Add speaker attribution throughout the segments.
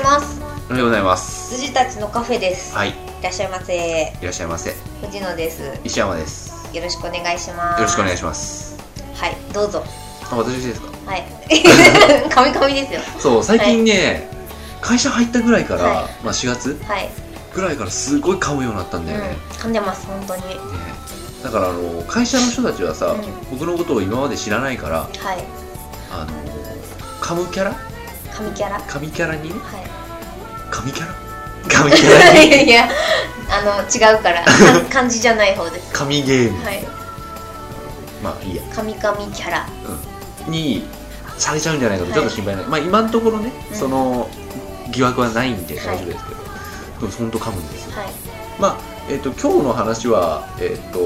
Speaker 1: おはようございます
Speaker 2: 羊たちのカフェです、
Speaker 1: はい
Speaker 2: い、らっしゃいませ
Speaker 1: いらっしゃいませ
Speaker 2: 藤野ですよ
Speaker 1: 石山です
Speaker 2: ろしくお願いします
Speaker 1: よろしくお願い
Speaker 2: し
Speaker 1: します
Speaker 2: ますはいどうぞ
Speaker 1: あ私ですか
Speaker 2: はいカミカミですよ
Speaker 1: そう最近ね、会社入ったぐらいから、
Speaker 2: は
Speaker 1: まあ4月
Speaker 2: はい、
Speaker 1: ぐらいからすごい噛むようになったん
Speaker 2: うん
Speaker 1: だよね、、
Speaker 2: 噛んでます本当に
Speaker 1: ねだからあの会社の人たちはさ、
Speaker 2: うん
Speaker 1: 僕のことを今まで知らないから
Speaker 2: はい
Speaker 1: あの噛むキャラ
Speaker 2: 神キャラは
Speaker 1: 噛みキャラに
Speaker 2: い
Speaker 1: ね噛み キャラ噛みキャラ に
Speaker 2: いやいやあの違う からか漢字じゃない方です
Speaker 1: 噛みゲーム
Speaker 2: はい
Speaker 1: まあいいや
Speaker 2: 神々キャラ
Speaker 1: にされちゃうんじゃないかと
Speaker 2: は
Speaker 1: ち
Speaker 2: い
Speaker 1: ょっと心配な、まあ今のところね、
Speaker 2: うん
Speaker 1: その疑惑はないんで
Speaker 2: はい
Speaker 1: 大丈夫ですけど、でも本当噛むんですよ
Speaker 2: はい
Speaker 1: まあ、えっと今日の話は、えっと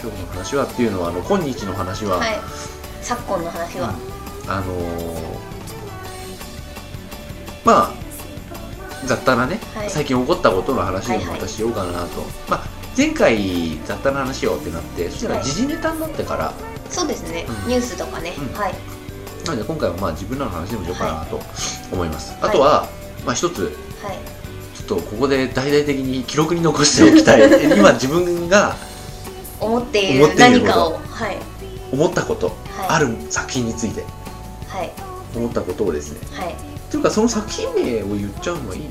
Speaker 1: 今日の話はっていうのはあの今日の話は、
Speaker 2: はい昨今の話は、
Speaker 1: あのーまあ雑多なね、
Speaker 2: はい
Speaker 1: 最近起こったことの話
Speaker 2: は
Speaker 1: を
Speaker 2: い
Speaker 1: ま
Speaker 2: はい
Speaker 1: たしようかなと、まあ、前回雑多な話をってなってそしたら
Speaker 2: はい
Speaker 1: 時事ネタになってから、
Speaker 2: そうですね、
Speaker 1: うん
Speaker 2: ニュースとかね、
Speaker 1: うん
Speaker 2: はい
Speaker 1: なので今回はまあ自分らの話でもしようかなと思います、
Speaker 2: はい
Speaker 1: あとは、まあ、一つ
Speaker 2: はい
Speaker 1: ちょっとここで大々的に記録に残しておき たい今自分が
Speaker 2: 思ってい
Speaker 1: 思っ
Speaker 2: る
Speaker 1: て
Speaker 2: 何
Speaker 1: いること
Speaker 2: かをはい
Speaker 1: 思ったこと、
Speaker 2: はい
Speaker 1: ある作品について
Speaker 2: はい
Speaker 1: 思ったことをですね
Speaker 2: はい
Speaker 1: というかその作品名を言っちゃうのはいいの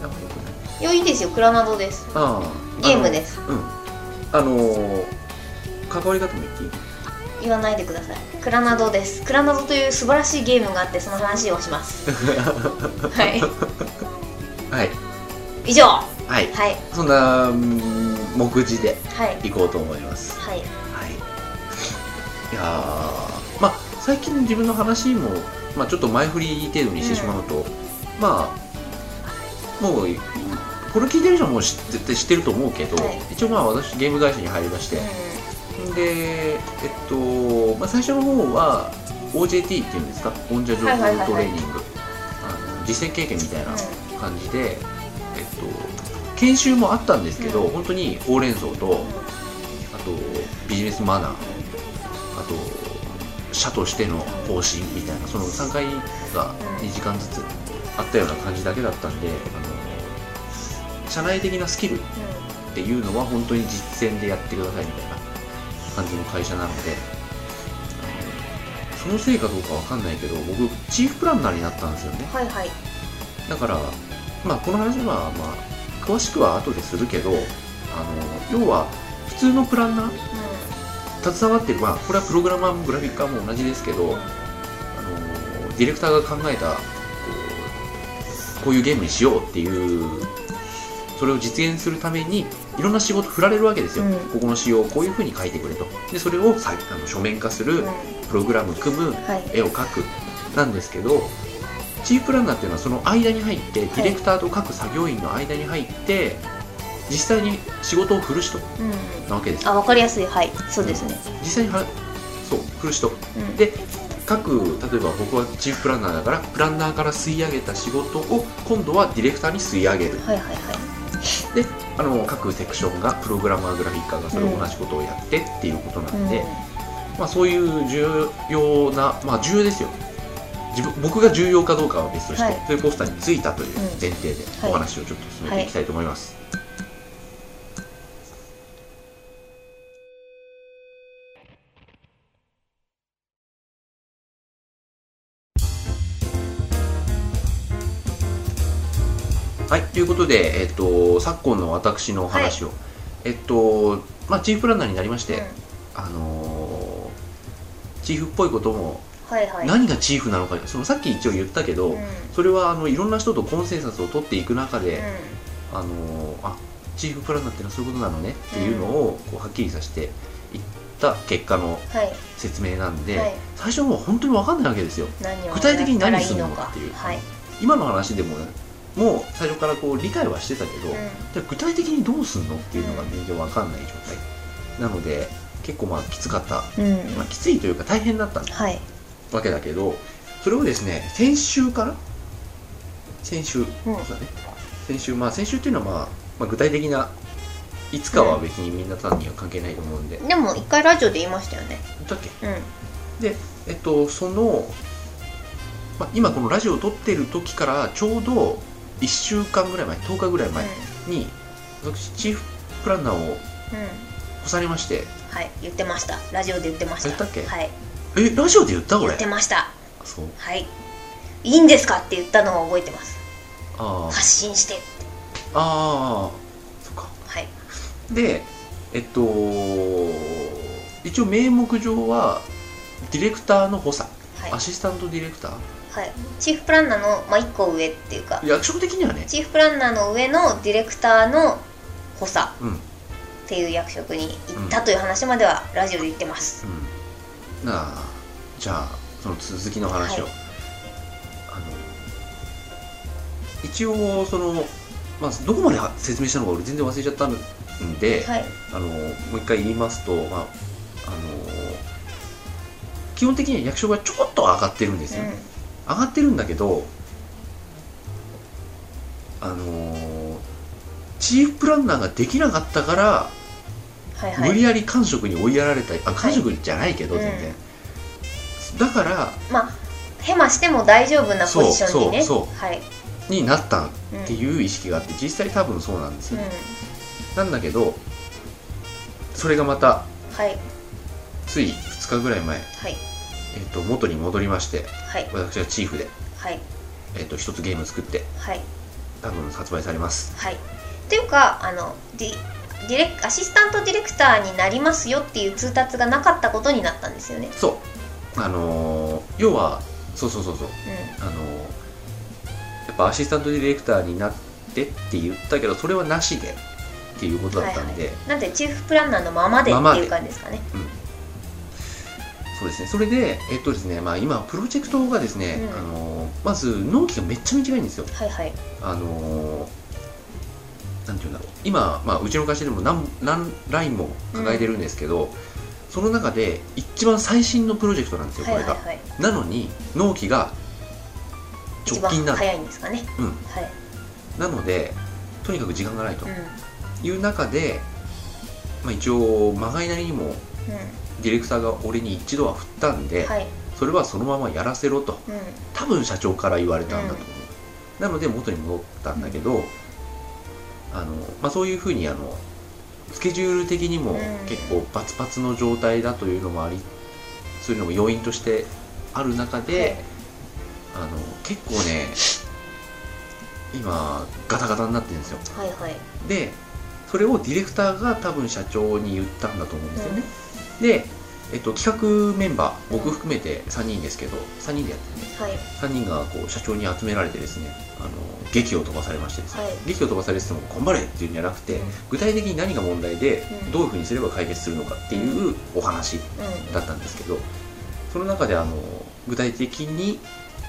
Speaker 1: なんかよくない
Speaker 2: いやいいですよクラナドです
Speaker 1: ああ
Speaker 2: ゲームですす
Speaker 1: うんあのー関わり方も言っていい
Speaker 2: 言わないでくださいクラナドですクラナドという素晴らしいゲームがあってその話をします はい
Speaker 1: はい
Speaker 2: 以上は
Speaker 1: はい
Speaker 2: いはい
Speaker 1: そんなうん目次で
Speaker 2: はい
Speaker 1: いこうと思いますはい、 いやーまあ最近の自分の話も、まあ、ちょっと前振り程度にしてしまうと、まあもうこれ聞いてる人はもう知絶対知ってると思うけど、
Speaker 2: はい
Speaker 1: 一応まあ私ゲーム会社に入りまして、でえっと、まあ、最初の方は OJT っていうんですかオンジャ上
Speaker 2: はいはいはいは
Speaker 1: 空
Speaker 2: い
Speaker 1: トレーニングあの実践経験みたいな感じで、えっと、研修もあったんですけど、
Speaker 2: うん
Speaker 1: 本当にほうれん草とあとビジネスマナーあと社としての方針みたいなその3回が2時間ずつあったような感じだけだったんであの社内的なスキルっていうのは本当に実践でやってくださいみたいな感じの会社なのであのそのせいかどうかわかんないけど僕チーフプランナーになったんですよね
Speaker 2: はいはい
Speaker 1: だからまあこの話はまあ詳しくは後でするけどあの要は普通のプランナー携わってる、まあ、これはプログラマーもグラフィッカーも同じですけど、あのディレクターが考えたこうこういうゲームにしようっていうそれを実現するためにいろんな仕事振られるわけですよ、
Speaker 2: うん
Speaker 1: ここの仕様をこういうふうに書いてくれとでそれをさあの書面化す
Speaker 2: うん
Speaker 1: る
Speaker 2: うん
Speaker 1: プログラム組む
Speaker 2: はい
Speaker 1: 絵を描くなんですけどチーフプランナーっていうのはその間に入ってディレクターと各作業員の間に入って実際に仕事を振る人
Speaker 2: うん
Speaker 1: なわけですよ
Speaker 2: あわかりやすいはいそうですね
Speaker 1: 実際にはそう振る人
Speaker 2: うん
Speaker 1: で各例えば僕はチーフプランナーだからプランナーから吸い上げた仕事を今度はディレクターに吸い上げる
Speaker 2: はいはいはい
Speaker 1: あの各セクションがプログラマーグラフィッカーがそれを同じことをやってっていうことなんで、まあ、そういう重要なまあ重要ですよ自分僕が重要かどうかは別として、
Speaker 2: はい
Speaker 1: そういうポスターについたという前提で
Speaker 2: うん
Speaker 1: お話をちょっと進めていきたいと思います、はい、ということで、えっと、昨今の私のお話を、えっと、まあ、チーフプランナーになりまして、
Speaker 2: うん
Speaker 1: あのーチーフっぽいことも、
Speaker 2: はいはい
Speaker 1: 何がチーフなのか、そのさっき一応言ったけ
Speaker 2: う
Speaker 1: ど、
Speaker 2: んうん
Speaker 1: それはあのいろんな人とコンセンサスを取っていく中で、あのーあチーフプランナーってのはそういうことなのねっていうのをこうはっきりさせていった結果の
Speaker 2: はい
Speaker 1: 説明なんで、
Speaker 2: はい
Speaker 1: 最初はもう本当に分かんないわけですよ。
Speaker 2: 何を
Speaker 1: 具体的に何
Speaker 2: やったら
Speaker 1: するのか
Speaker 2: いい
Speaker 1: っていう
Speaker 2: はい
Speaker 1: 今の話でもねもう最初からこう理解はしてたけど、じゃあ具体的にどうすんのっていうのが全然わかんない状態なので結構まあきつかった、
Speaker 2: うんうん
Speaker 1: まあ、きついというか大変だった
Speaker 2: はい
Speaker 1: わけだけどそれをですね先週から先週、
Speaker 2: うん
Speaker 1: そうだね先週まあ先週っていうのはまあ、まあ、具体的ないつかは別にみんなさんには関係ないと思うんで、
Speaker 2: でも一回ラジオで言いましたよね
Speaker 1: だっけ
Speaker 2: うん
Speaker 1: えっとそのまあ、今このラジオを撮ってる時からちょうど1週間ぐらい前10日ぐらい前に私チーフプランナーを
Speaker 2: うん、うん、
Speaker 1: 干されまして
Speaker 2: はい言ってましたラジオで言ってました
Speaker 1: 言ったっけ
Speaker 2: はい
Speaker 1: えラジオで言ったこ
Speaker 2: 言
Speaker 1: れ
Speaker 2: ってました
Speaker 1: そう
Speaker 2: はいいいんですかって言ったのを覚えてます
Speaker 1: あー
Speaker 2: 発信して
Speaker 1: あーそっか
Speaker 2: はい
Speaker 1: でえっと一応名目上はディレクターの補佐、
Speaker 2: はい
Speaker 1: アシスタントディレクター
Speaker 2: はいチーフプランナーのまあ一個上っていうか
Speaker 1: 役職的にはね
Speaker 2: チーフプランナーの上のディレクターの補佐っ
Speaker 1: うん、うん、
Speaker 2: ていう役職に行ったという話まではラジオで言ってます、
Speaker 1: なあじゃあその続きの話を、
Speaker 2: はい
Speaker 1: あの一応その、まあ、どこまで説明したのか俺全然忘れちゃったんで、
Speaker 2: はい
Speaker 1: あのもう一回言いますと、まあ、あの基本的に役職がちょこっと上がってるんですよ、
Speaker 2: う
Speaker 1: 上がってるんだけどあのーチーフプランナーができなかったから、
Speaker 2: んはいは
Speaker 1: 無理
Speaker 2: い
Speaker 1: やり官職に追いやられたりあ官職じゃないけど
Speaker 2: うん
Speaker 1: 全然、だから
Speaker 2: まあヘマしても大丈夫なポジションにね
Speaker 1: そうそう
Speaker 2: はい、
Speaker 1: になったっ
Speaker 2: うん、
Speaker 1: ていう意識があって実際多分そうなんです
Speaker 2: うん
Speaker 1: よ、なんだけどそれがまた
Speaker 2: はい
Speaker 1: つい2日ぐらい前、え
Speaker 2: はい
Speaker 1: っと元に戻りまして
Speaker 2: はい
Speaker 1: 私はチーフで、
Speaker 2: はい
Speaker 1: えっと一つゲーム作って
Speaker 2: はい
Speaker 1: 多分発売されます
Speaker 2: はいっていうかあのディディレクアシスタントディレクターになりますよっていう通達がなかったことになったんですよね
Speaker 1: そうあのー要はそうそうそうそうあのーやっぱアシスタントディレクターになってって言ったけどそれはなしでっていうことだったんで、
Speaker 2: うんなんでチーフプランナーのままでって
Speaker 1: まま
Speaker 2: い
Speaker 1: で
Speaker 2: う感じですかね
Speaker 1: そうですね、それで、えっとですねまあ、今、プロジェクトがですね、
Speaker 2: うん
Speaker 1: あのまず納期がめっちゃ短いんですよ。
Speaker 2: はいはい
Speaker 1: あのなんていうんだろう今、まあ、うちの会社でも何何ラインも抱えてるんですけど、その中で一番最新のプロジェクトなんですよ、こ
Speaker 2: はい
Speaker 1: れ
Speaker 2: はい
Speaker 1: が。
Speaker 2: はい
Speaker 1: なのに、納期が
Speaker 2: 一
Speaker 1: 直
Speaker 2: 番
Speaker 1: 近なの
Speaker 2: 早いんですかね
Speaker 1: うん
Speaker 2: はい
Speaker 1: なので、とにかく時間がないと
Speaker 2: うん
Speaker 1: いう中で、まあ、一応、まがいなりにも
Speaker 2: う
Speaker 1: ディレクターが俺に一度は振ったんで、
Speaker 2: んはい
Speaker 1: それはそのままやらせろと。
Speaker 2: うん
Speaker 1: 多分社長から言われたんだと思う、なので元に戻ったんだけど、あのまあ、そういうふうにあのスケジュール的にも
Speaker 2: うん
Speaker 1: 結構バツバツの状態だというのもありそういうのも要因としてある中で、あの結構ね今ガタガタになってるんですよ
Speaker 2: はいはい
Speaker 1: でそれをディレクターが多分社長に言ったんだと思うんですよね、で、えっと、企画メンバー僕含めて3人ですけど3人でやってるね
Speaker 2: はい
Speaker 1: 3人がこう社長に集められてですねあの劇を飛ばされましてですね、
Speaker 2: はい
Speaker 1: 劇を飛ばされてても頑張れっていうんじゃなくて、
Speaker 2: うん
Speaker 1: 具体的に何が問題で、
Speaker 2: うん
Speaker 1: どういうふうにすれば解決するのかっていうお話
Speaker 2: うん
Speaker 1: だったんですけどその中であの具体的に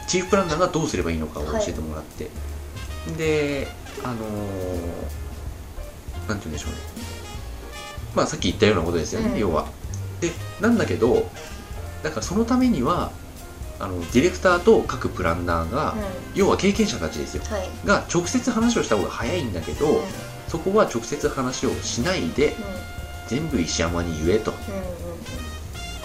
Speaker 1: チーフプランナーがどうすればいいのかを教えてもらって、であのなんて言うんでしょうねまあさっき言ったようなことですよね、
Speaker 2: うん
Speaker 1: 要は。でなんだけどだからそのためにはあのディレクターと各プランナーが、
Speaker 2: うん
Speaker 1: 要は経験者たちですよ
Speaker 2: はい
Speaker 1: が直接話をした方が早いんだけど、
Speaker 2: うん
Speaker 1: そこは直接話をしないで全部石山に言えと。
Speaker 2: うんうんうん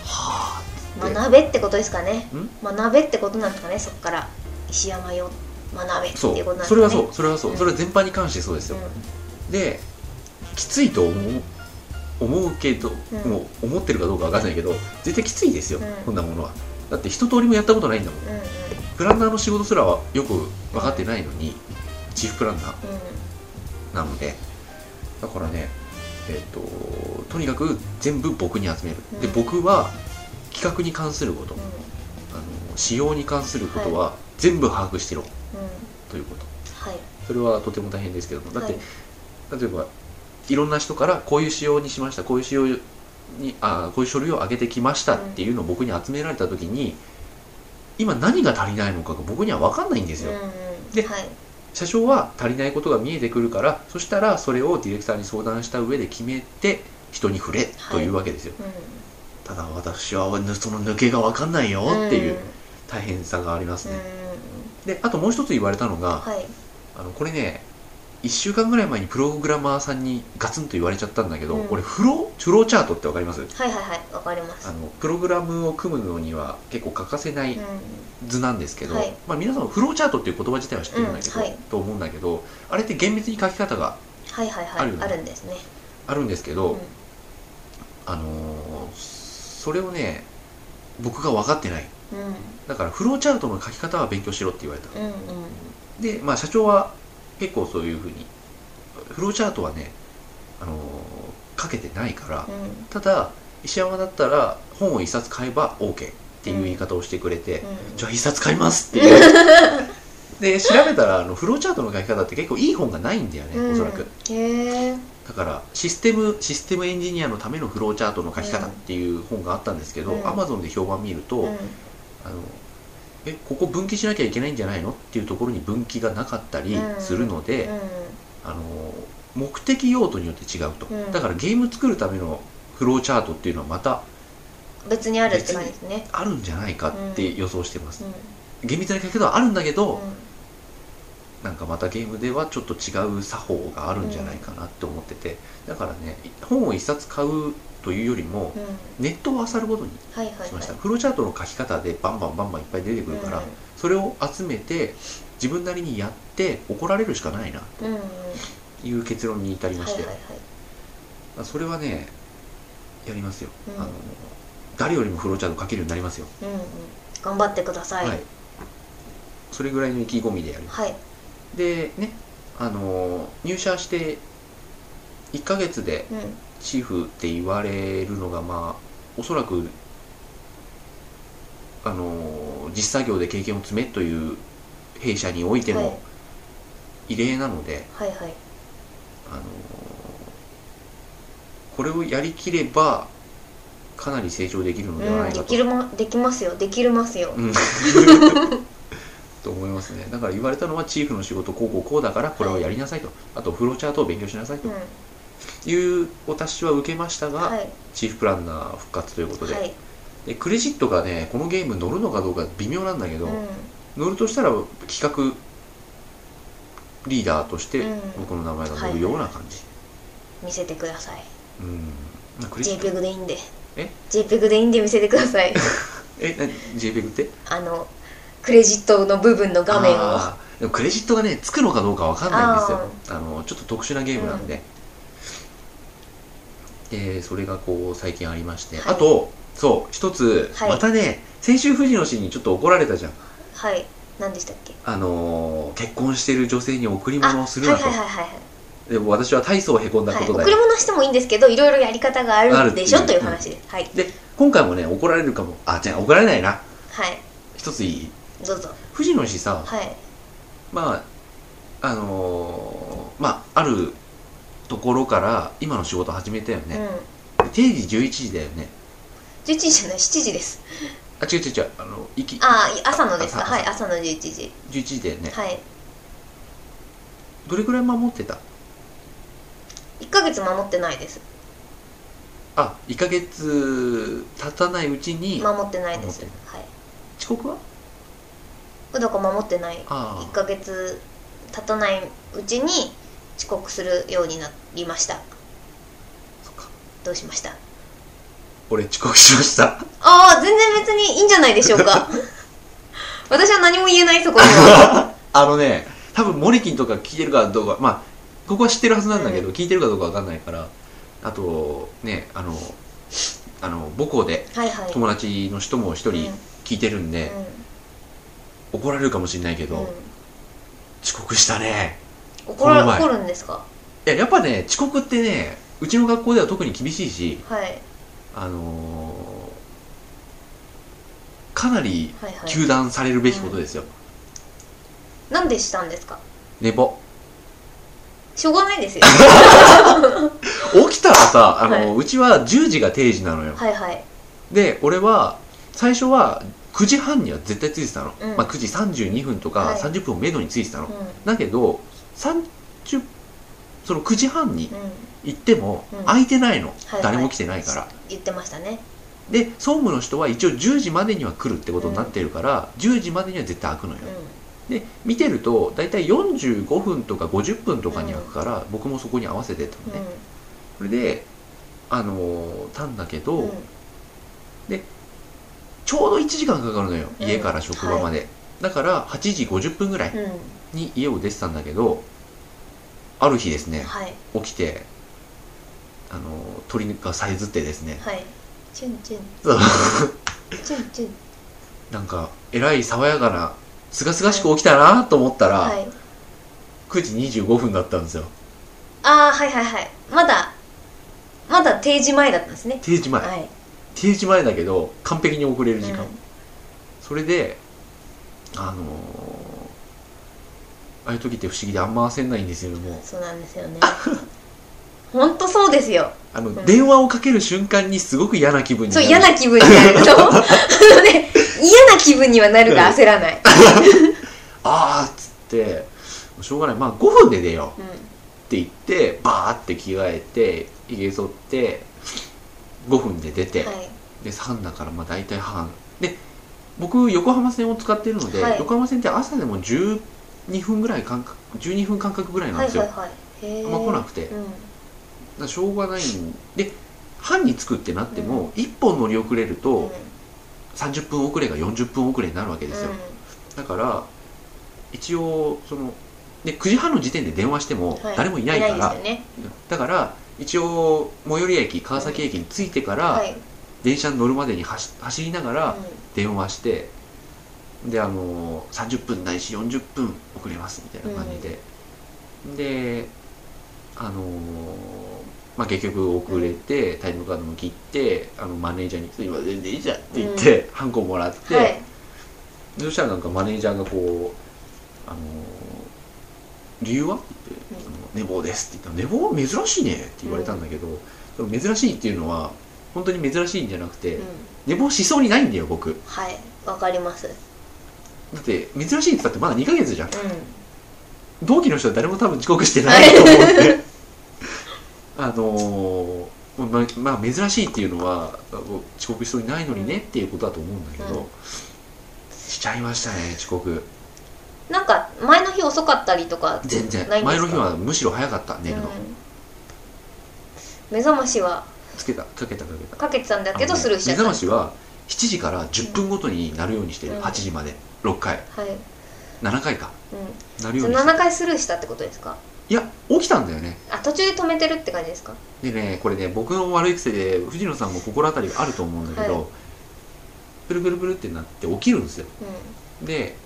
Speaker 1: はあって
Speaker 2: 学べってことですかね
Speaker 1: ん
Speaker 2: 学べってことなんですかねそこから石山よ学べって
Speaker 1: そう
Speaker 2: いうことなんですかね
Speaker 1: それはそうそれはそう、
Speaker 2: うん
Speaker 1: それは全般に関してそうですよ、できついと思う思うけど、
Speaker 2: うん
Speaker 1: もう思ってるかどうかわかんないけど絶対きついですよ、
Speaker 2: うん
Speaker 1: こんなものはだって一通りもやったことないんだもん
Speaker 2: うんうん
Speaker 1: プランナーの仕事すらはよく分かってないのにチーフプランナー
Speaker 2: うん
Speaker 1: なのでだからねえっ、ととにかく全部僕に集める、で
Speaker 2: うん
Speaker 1: 僕は企画に関すること
Speaker 2: う
Speaker 1: あの仕様に関することは全部把握してろ
Speaker 2: んうん
Speaker 1: ということ、
Speaker 2: はい
Speaker 1: それはとても大変ですけどもだって、
Speaker 2: はい
Speaker 1: 例えばいろんな人からこういう仕様にしましたこういう仕様にあーこういう書類を上げてきましたっていうのを僕に集められた時に、今何が足りないのかが僕には分かんないんです
Speaker 2: う
Speaker 1: よ、
Speaker 2: んうん
Speaker 1: で
Speaker 2: はい
Speaker 1: 社長は足りないことが見えてくるからそしたらそれをディレクターに相談した上で決めて人に触れというわけですよ、
Speaker 2: う
Speaker 1: ただ私はその抜けが分かんないよ
Speaker 2: ん
Speaker 1: っていう大変さがあります
Speaker 2: うんう
Speaker 1: ね、
Speaker 2: ん
Speaker 1: であともう一つ言われたのが、
Speaker 2: はい
Speaker 1: あのこれね1週間ぐらい前にプログラマーさんにガツンと言われちゃったんだけど、
Speaker 2: うん
Speaker 1: 俺フローフローチャートってわかります
Speaker 2: はいはいはいわかりま
Speaker 1: あ
Speaker 2: す
Speaker 1: のプログラムを組むのには結構欠かせない
Speaker 2: うん
Speaker 1: 図なんですけど、
Speaker 2: はい
Speaker 1: まあ、皆さんもフローチャートっていう言葉自体は知ってるんだけど、
Speaker 2: うんはい
Speaker 1: と思うんだけどあれって厳密に書き方が
Speaker 2: はいはいはい
Speaker 1: あ
Speaker 2: あ
Speaker 1: るよ
Speaker 2: る
Speaker 1: ね
Speaker 2: んですね
Speaker 1: あるんですけ
Speaker 2: う
Speaker 1: ど、
Speaker 2: ん
Speaker 1: あのーそれをね僕が分かってない
Speaker 2: うん
Speaker 1: だからフローチャートの書き方は勉強しろって言われた
Speaker 2: うん
Speaker 1: で、まあ、社長は結構そういうふうにフローチャートはね、あのー書けてないから
Speaker 2: う、んうん
Speaker 1: ただ石山だったら本を一冊買えば OK っていう言い方をしてくれて、じゃあ一冊買いますって言って で調べたらあのフローチャートの書き方って結構いい本がないんだよね、
Speaker 2: うん
Speaker 1: おそらく
Speaker 2: へえ
Speaker 1: だからシステムシステムエンジニアのためのフローチャートの書き方っていう本があったんですけど、
Speaker 2: うん
Speaker 1: Amazon で評判見ると、
Speaker 2: うん
Speaker 1: あのえここ分岐しなきゃいけないんじゃないのっていうところに分岐がなかったりするので、あの目的用途によって違うと、
Speaker 2: うん
Speaker 1: だからゲーム作るためのフローチャートっていうのはまた
Speaker 2: うん別にあるって感じですね
Speaker 1: あるんじゃないかって予想してます、
Speaker 2: うん
Speaker 1: 厳密な書き方はあるんだけど、
Speaker 2: うん
Speaker 1: なんかまたゲームではちょっと違う作法があるんじゃないかなって思っててだからね本を一冊買うというよりも
Speaker 2: うん
Speaker 1: ネットを漁ることに
Speaker 2: はいはいはい
Speaker 1: しました、フローチャートの書き方でバンバンバンバンいっぱい出てくるから、それを集めて自分なりにやって怒られるしかないな
Speaker 2: うんうんうん
Speaker 1: という結論に至りま
Speaker 2: はい
Speaker 1: し
Speaker 2: は
Speaker 1: て、
Speaker 2: いはい
Speaker 1: それはねやりますよ、
Speaker 2: うん
Speaker 1: あの誰よりもフローチャート書けるようになりますよ
Speaker 2: うんうん頑張ってください
Speaker 1: はいそれぐらいの意気込みでやります
Speaker 2: はい
Speaker 1: でねあの入社して1ヶ月で
Speaker 2: うん
Speaker 1: チーフって言われるのがまあおそらくあの実作業で経験を積めという弊社において
Speaker 2: はい
Speaker 1: も異例なので、
Speaker 2: はいはい
Speaker 1: あのこれをやりきればかなり成長できるのでは
Speaker 2: う
Speaker 1: なんい
Speaker 2: で
Speaker 1: かと、
Speaker 2: きるもできますよできるますよ
Speaker 1: うん と思いますねだから言われたのはチーフの仕事こうこうこうだからこれをやりなさいと、あとフローチャートを勉強しなさいと
Speaker 2: うん
Speaker 1: いうお達しは受けましたが、
Speaker 2: はい
Speaker 1: チーフプランナー復活ということで,、
Speaker 2: はい
Speaker 1: でクレジットがねこのゲーム乗るのかどうか微妙なんだけど、
Speaker 2: うん
Speaker 1: 乗るとしたら企画リーダーとして
Speaker 2: うん
Speaker 1: 僕の名前が乗るような感じ、
Speaker 2: 見せてください
Speaker 1: うんまあクレジット
Speaker 2: JPEG でいいんで
Speaker 1: え
Speaker 2: JPEG でいいんで見せてくだ さい
Speaker 1: えな JPEG って
Speaker 2: あのクレジットの部分の画面をは
Speaker 1: あーでもクレジットがねつくのかどうかわかんないんですよあのちょっと特殊なゲームなんで、でそれがこう最近ありまして、
Speaker 2: はい
Speaker 1: あとそう一つ、
Speaker 2: はい
Speaker 1: またね先週藤野氏にちょっと怒られたじゃん
Speaker 2: い何でしたっけ
Speaker 1: あのー結婚してる女性に贈り
Speaker 2: あはい
Speaker 1: 物をするな
Speaker 2: はい
Speaker 1: と、
Speaker 2: はいはいはい
Speaker 1: でも私は大層へこんだこと
Speaker 2: は
Speaker 1: だ
Speaker 2: い、贈り
Speaker 1: よ、
Speaker 2: 物してもいいんですけどいろいろやり方があ
Speaker 1: あ
Speaker 2: る
Speaker 1: る
Speaker 2: んでしょ
Speaker 1: って
Speaker 2: と
Speaker 1: い
Speaker 2: いうう話ですはい
Speaker 1: で今回もね怒られるかもあじゃあ怒られないな
Speaker 2: はい
Speaker 1: 一ついい
Speaker 2: どうぞ
Speaker 1: 藤野氏さ、
Speaker 2: はい
Speaker 1: まああのーまああるところから今の仕事始めたよ
Speaker 2: うん
Speaker 1: ね、定時11時だよね
Speaker 2: 11時じゃない7時です
Speaker 1: あ違う違う違うあの行き
Speaker 2: ああ朝のですか
Speaker 1: 朝
Speaker 2: はい朝の11時
Speaker 1: 11時だよね、
Speaker 2: はい
Speaker 1: どれくらい守ってた
Speaker 2: 1ヶ月守ってないです
Speaker 1: あ1ヶ月経たないうちに
Speaker 2: 守ってないです
Speaker 1: 守っ
Speaker 2: はい
Speaker 1: 遅刻は
Speaker 2: うどこ守ってない
Speaker 1: あ
Speaker 2: 1
Speaker 1: あ
Speaker 2: ヶ月経たないうちに遅刻するようになりました
Speaker 1: そっか
Speaker 2: どうしました
Speaker 1: 俺遅刻しました
Speaker 2: ああ全然別にいいんじゃないでしょう か私は何も言えないそこには
Speaker 1: あのね、多分モリキンとか聞いてるかどうか、まあ、ここは知ってるはずなんだけど、聞いてるかどうかわかんないから、あと、ね、あの、あの母校で
Speaker 2: はいはい
Speaker 1: 友達の人も一人
Speaker 2: うん
Speaker 1: 聞いてるんで、怒られるかもしれないけ
Speaker 2: うん
Speaker 1: ど、
Speaker 2: うん
Speaker 1: 遅刻したね。
Speaker 2: 怒ら
Speaker 1: この前
Speaker 2: 怒るんですか
Speaker 1: いや、やっぱね、遅刻ってね、うちの学校では特に厳しいし、
Speaker 2: はい
Speaker 1: あのーかなり
Speaker 2: はいはい
Speaker 1: 糾弾されるべきことですよ。
Speaker 2: なんでしたんですか
Speaker 1: 寝坊。
Speaker 2: しょうがない ですよ
Speaker 1: 起きたらさ、あの
Speaker 2: は
Speaker 1: うちは10時が定時なのよ。
Speaker 2: はいはい
Speaker 1: で俺は最初は9時半には絶対ついてたの、
Speaker 2: うん
Speaker 1: まあ、9時32分と
Speaker 2: は
Speaker 1: か
Speaker 2: い
Speaker 1: 30分をめどについてた
Speaker 2: う
Speaker 1: の、
Speaker 2: ん
Speaker 1: だけど30その9時半に
Speaker 2: うん
Speaker 1: 行っても
Speaker 2: うん
Speaker 1: 空いてないの、
Speaker 2: はい
Speaker 1: 誰も来てないから、
Speaker 2: 言ってましたね
Speaker 1: で総務の人は一応10時までには来るってことになってるから、10時までには絶対開くのよ、
Speaker 2: う
Speaker 1: で見てると大体45分とか50分とかに開くから、僕もそこに合わせてたのね、それであのーたんだけど、
Speaker 2: うんうん
Speaker 1: ちょうど1時間かかるのよ
Speaker 2: うん
Speaker 1: 家から職場まで、だから8時50分ぐらい
Speaker 2: うん
Speaker 1: に家を出てたんだけどある日ですね
Speaker 2: はい
Speaker 1: 起きてあのー鳥がさえずってですね
Speaker 2: はいチュン チュン
Speaker 1: そう
Speaker 2: チュンチュン
Speaker 1: なんかえらい爽やかなすがすがしく起きたなと思ったら、
Speaker 2: はい
Speaker 1: 9時25分だったんですよ
Speaker 2: ああはいはいはいまだまだ定時前だったんですね
Speaker 1: 定時前、
Speaker 2: はい
Speaker 1: 定時前だけど完璧に遅れる時
Speaker 2: う
Speaker 1: 間、
Speaker 2: ん
Speaker 1: それであのーああいう時って不思議であんま焦んないんですけども
Speaker 2: そうなんですよね ほんとそうですよ
Speaker 1: あの、
Speaker 2: ん
Speaker 1: 電話をかける瞬間にすごく嫌な気分に
Speaker 2: そ
Speaker 1: な
Speaker 2: う
Speaker 1: る
Speaker 2: 嫌な気分になる のあのね 嫌な気分にはなるが焦らない、
Speaker 1: あーっつってもうしょうがないまあ5分で出よ
Speaker 2: うん
Speaker 1: うって言ってバーって着替えて髭剃って5分で出て、
Speaker 2: はい
Speaker 1: で3だからまあ大体半で僕横浜線を使ってるので、
Speaker 2: はい
Speaker 1: 横浜線って朝でも12分ぐらい間隔12分間隔ぐらいなん
Speaker 2: はい
Speaker 1: ですよ、
Speaker 2: はいはいへえ
Speaker 1: あんま来なくて、だか
Speaker 2: うん
Speaker 1: らしょうがないんで班に着くってなっても、一1本乗り遅れると30分遅れが40分遅れになるわけですよ、だから一応そので9時半の時点で電話しても
Speaker 2: はい
Speaker 1: 誰もいないから、
Speaker 2: いですよね
Speaker 1: だから一応最寄り駅川崎駅に着いてから、
Speaker 2: はい、
Speaker 1: 電車に乗るまでに走走りながら、
Speaker 2: うん
Speaker 1: 電話してであの30分ないし40分遅れますみたいな感じで、であのまあ、結局遅れて、タイムカードも切ってあのマネージャーに「すいませんでいいじゃん」って言って、ハンコもらって、
Speaker 2: はい
Speaker 1: そしたらなんかマネージャーがこう「あの理由は?」って言って「あの寝坊です」って言ったら「寝坊は珍しいね」って言われたんだけど、その珍しいっていうのは本当に珍しいんじゃなくて、
Speaker 2: うん
Speaker 1: 寝坊しそうにないんだよ僕。
Speaker 2: はいわかります
Speaker 1: だって珍しいって言ったってまだ2ヶ月じゃん
Speaker 2: う
Speaker 1: 同期の人は誰も多分遅刻してないと思うんで あのーままあ珍しいっていうのは遅刻しそうにないのにねっていうことだと思うんだけど、
Speaker 2: う
Speaker 1: しちゃいましたね遅刻
Speaker 2: んなんか前の日遅かったりとか
Speaker 1: 全然
Speaker 2: ないんです
Speaker 1: 前
Speaker 2: か
Speaker 1: の日はむしろ早かった寝るの、
Speaker 2: うん目覚ましは
Speaker 1: つけたかけたかけた
Speaker 2: かけてたんだけ
Speaker 1: あの
Speaker 2: ど
Speaker 1: ね
Speaker 2: スルーしちゃった
Speaker 1: 目覚ましは7時から10分ごとになるようにしてる、
Speaker 2: うん
Speaker 1: 8時まで6回
Speaker 2: はい、うん
Speaker 1: 7回かなるよ
Speaker 2: そうの
Speaker 1: にし
Speaker 2: 7
Speaker 1: てる
Speaker 2: 回スルーしたってことですか
Speaker 1: いや起きたんだよね
Speaker 2: あ途中で止めてるって感じですか
Speaker 1: でねこれね僕の悪い癖で藤野さんも心当たりがあると思うんだけど、
Speaker 2: はい
Speaker 1: プルプルプルってなって起きるんですよ
Speaker 2: うん
Speaker 1: で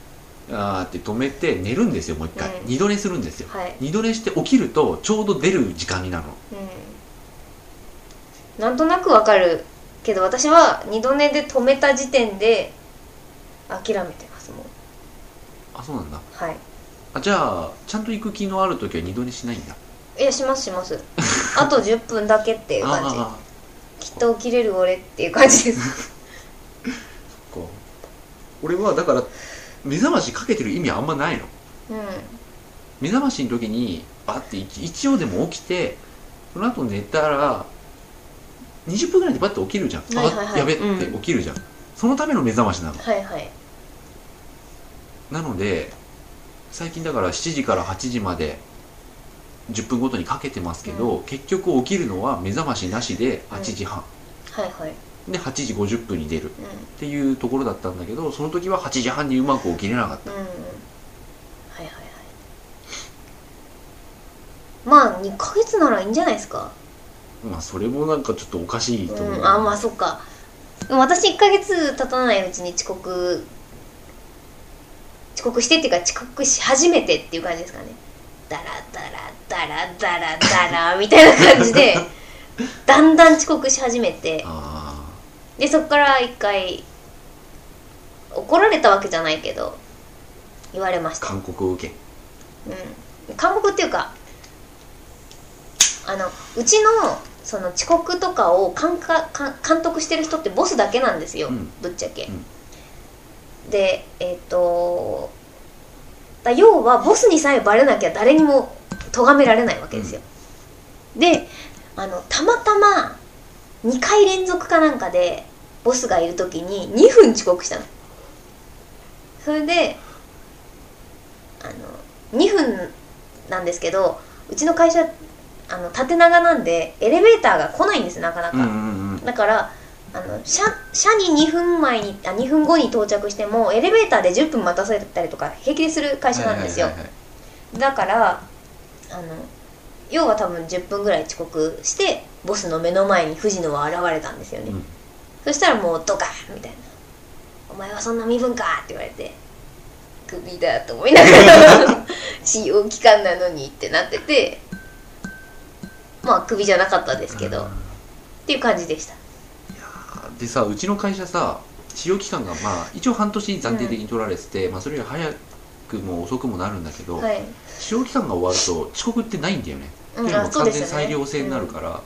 Speaker 1: あーって止めて寝るんですよもう一回、
Speaker 2: うん
Speaker 1: 二度寝するんですよ
Speaker 2: はい
Speaker 1: 二度寝して起きるとちょうど出る時間になるの
Speaker 2: うんなんとなくわかるけど私は二度寝で止めた時点で諦めてますもう
Speaker 1: あそうなんだ
Speaker 2: はい
Speaker 1: あじゃあちゃんと行く気のある時は二度寝しないんだ
Speaker 2: いやしますします あと10分だけっていう感じ
Speaker 1: あ
Speaker 2: きっと起きれる俺っていう感じです
Speaker 1: あこう俺はだから目覚ましかけてる意味あんまないの
Speaker 2: うん
Speaker 1: 目覚ましの時にバッて一一応でも起きてその後寝たら20分ぐらいでバッて起きるじゃん、
Speaker 2: はいはいはい
Speaker 1: あやべっ
Speaker 2: うん
Speaker 1: て起きるじゃん、そのための目覚ましなの
Speaker 2: はいはい
Speaker 1: なので最近だから7時から8時まで10分ごとにかけてますけど、結局起きるのは目覚ましなしで8時半、
Speaker 2: はいはい
Speaker 1: で8時50分に出るっ
Speaker 2: うん
Speaker 1: ていうところだったんだけどその時は8時半にうまく起きれなかった
Speaker 2: うんはいはいはいまあ2ヶ月ならいいんじゃないですか
Speaker 1: まあそれもなんかちょっとおかしいと思う、
Speaker 2: うん、あまあそっかでも私1ヶ月経たないうちに遅刻遅刻してっていうか遅刻し始めてっていう感じですかねダラダラダラダラダラみたいな感じ でだんだん遅刻し始めて
Speaker 1: あ
Speaker 2: でそっから一回怒られたわけじゃないけど言われまし
Speaker 1: ー
Speaker 2: た
Speaker 1: 勧告を受け
Speaker 2: うん韓国っていうかあのうちのその遅刻とかを監か監監督してる人ってボスだけなんですよ、
Speaker 1: うん
Speaker 2: ぶっちゃけ、
Speaker 1: うん
Speaker 2: でえっ、とだ要はボスにさえバレなきゃ誰にも咎められないわけですよ、であのたまたま2回連続かなんかでボスがいる時に2分遅刻したのそれであの2分なんですけどうちの会社あの縦長なんでエレベーターが来ないんですなかなか、
Speaker 1: うんうんうん
Speaker 2: だからあの社社に2分前にあ2分後に到着してもエレベーターで10分待たされたりとか平気でする会社なんですよ、
Speaker 1: はいはいはい
Speaker 2: だからあの要は多分10分ぐらい遅刻してボスの目の前に藤野は現れたんですよね、
Speaker 1: うん
Speaker 2: そしたらもうドカーンみたいな「お前はそんな身分か!」って言われて「クビだ」と思いなが ら使用期間なのにってなっててまあクビじゃなかったですけど、
Speaker 1: うん
Speaker 2: っていう感じでした
Speaker 1: でさうちの会社さ使用期間がまあ一応半年暫定的に取られてて、まあそれより早くも遅くもなるんだけど、
Speaker 2: はい、
Speaker 1: 使用期間が終わると遅刻ってないんだよね、
Speaker 2: う
Speaker 1: っていうのも
Speaker 2: あそうで
Speaker 1: 完
Speaker 2: す
Speaker 1: 全
Speaker 2: よね
Speaker 1: 裁量制になるから、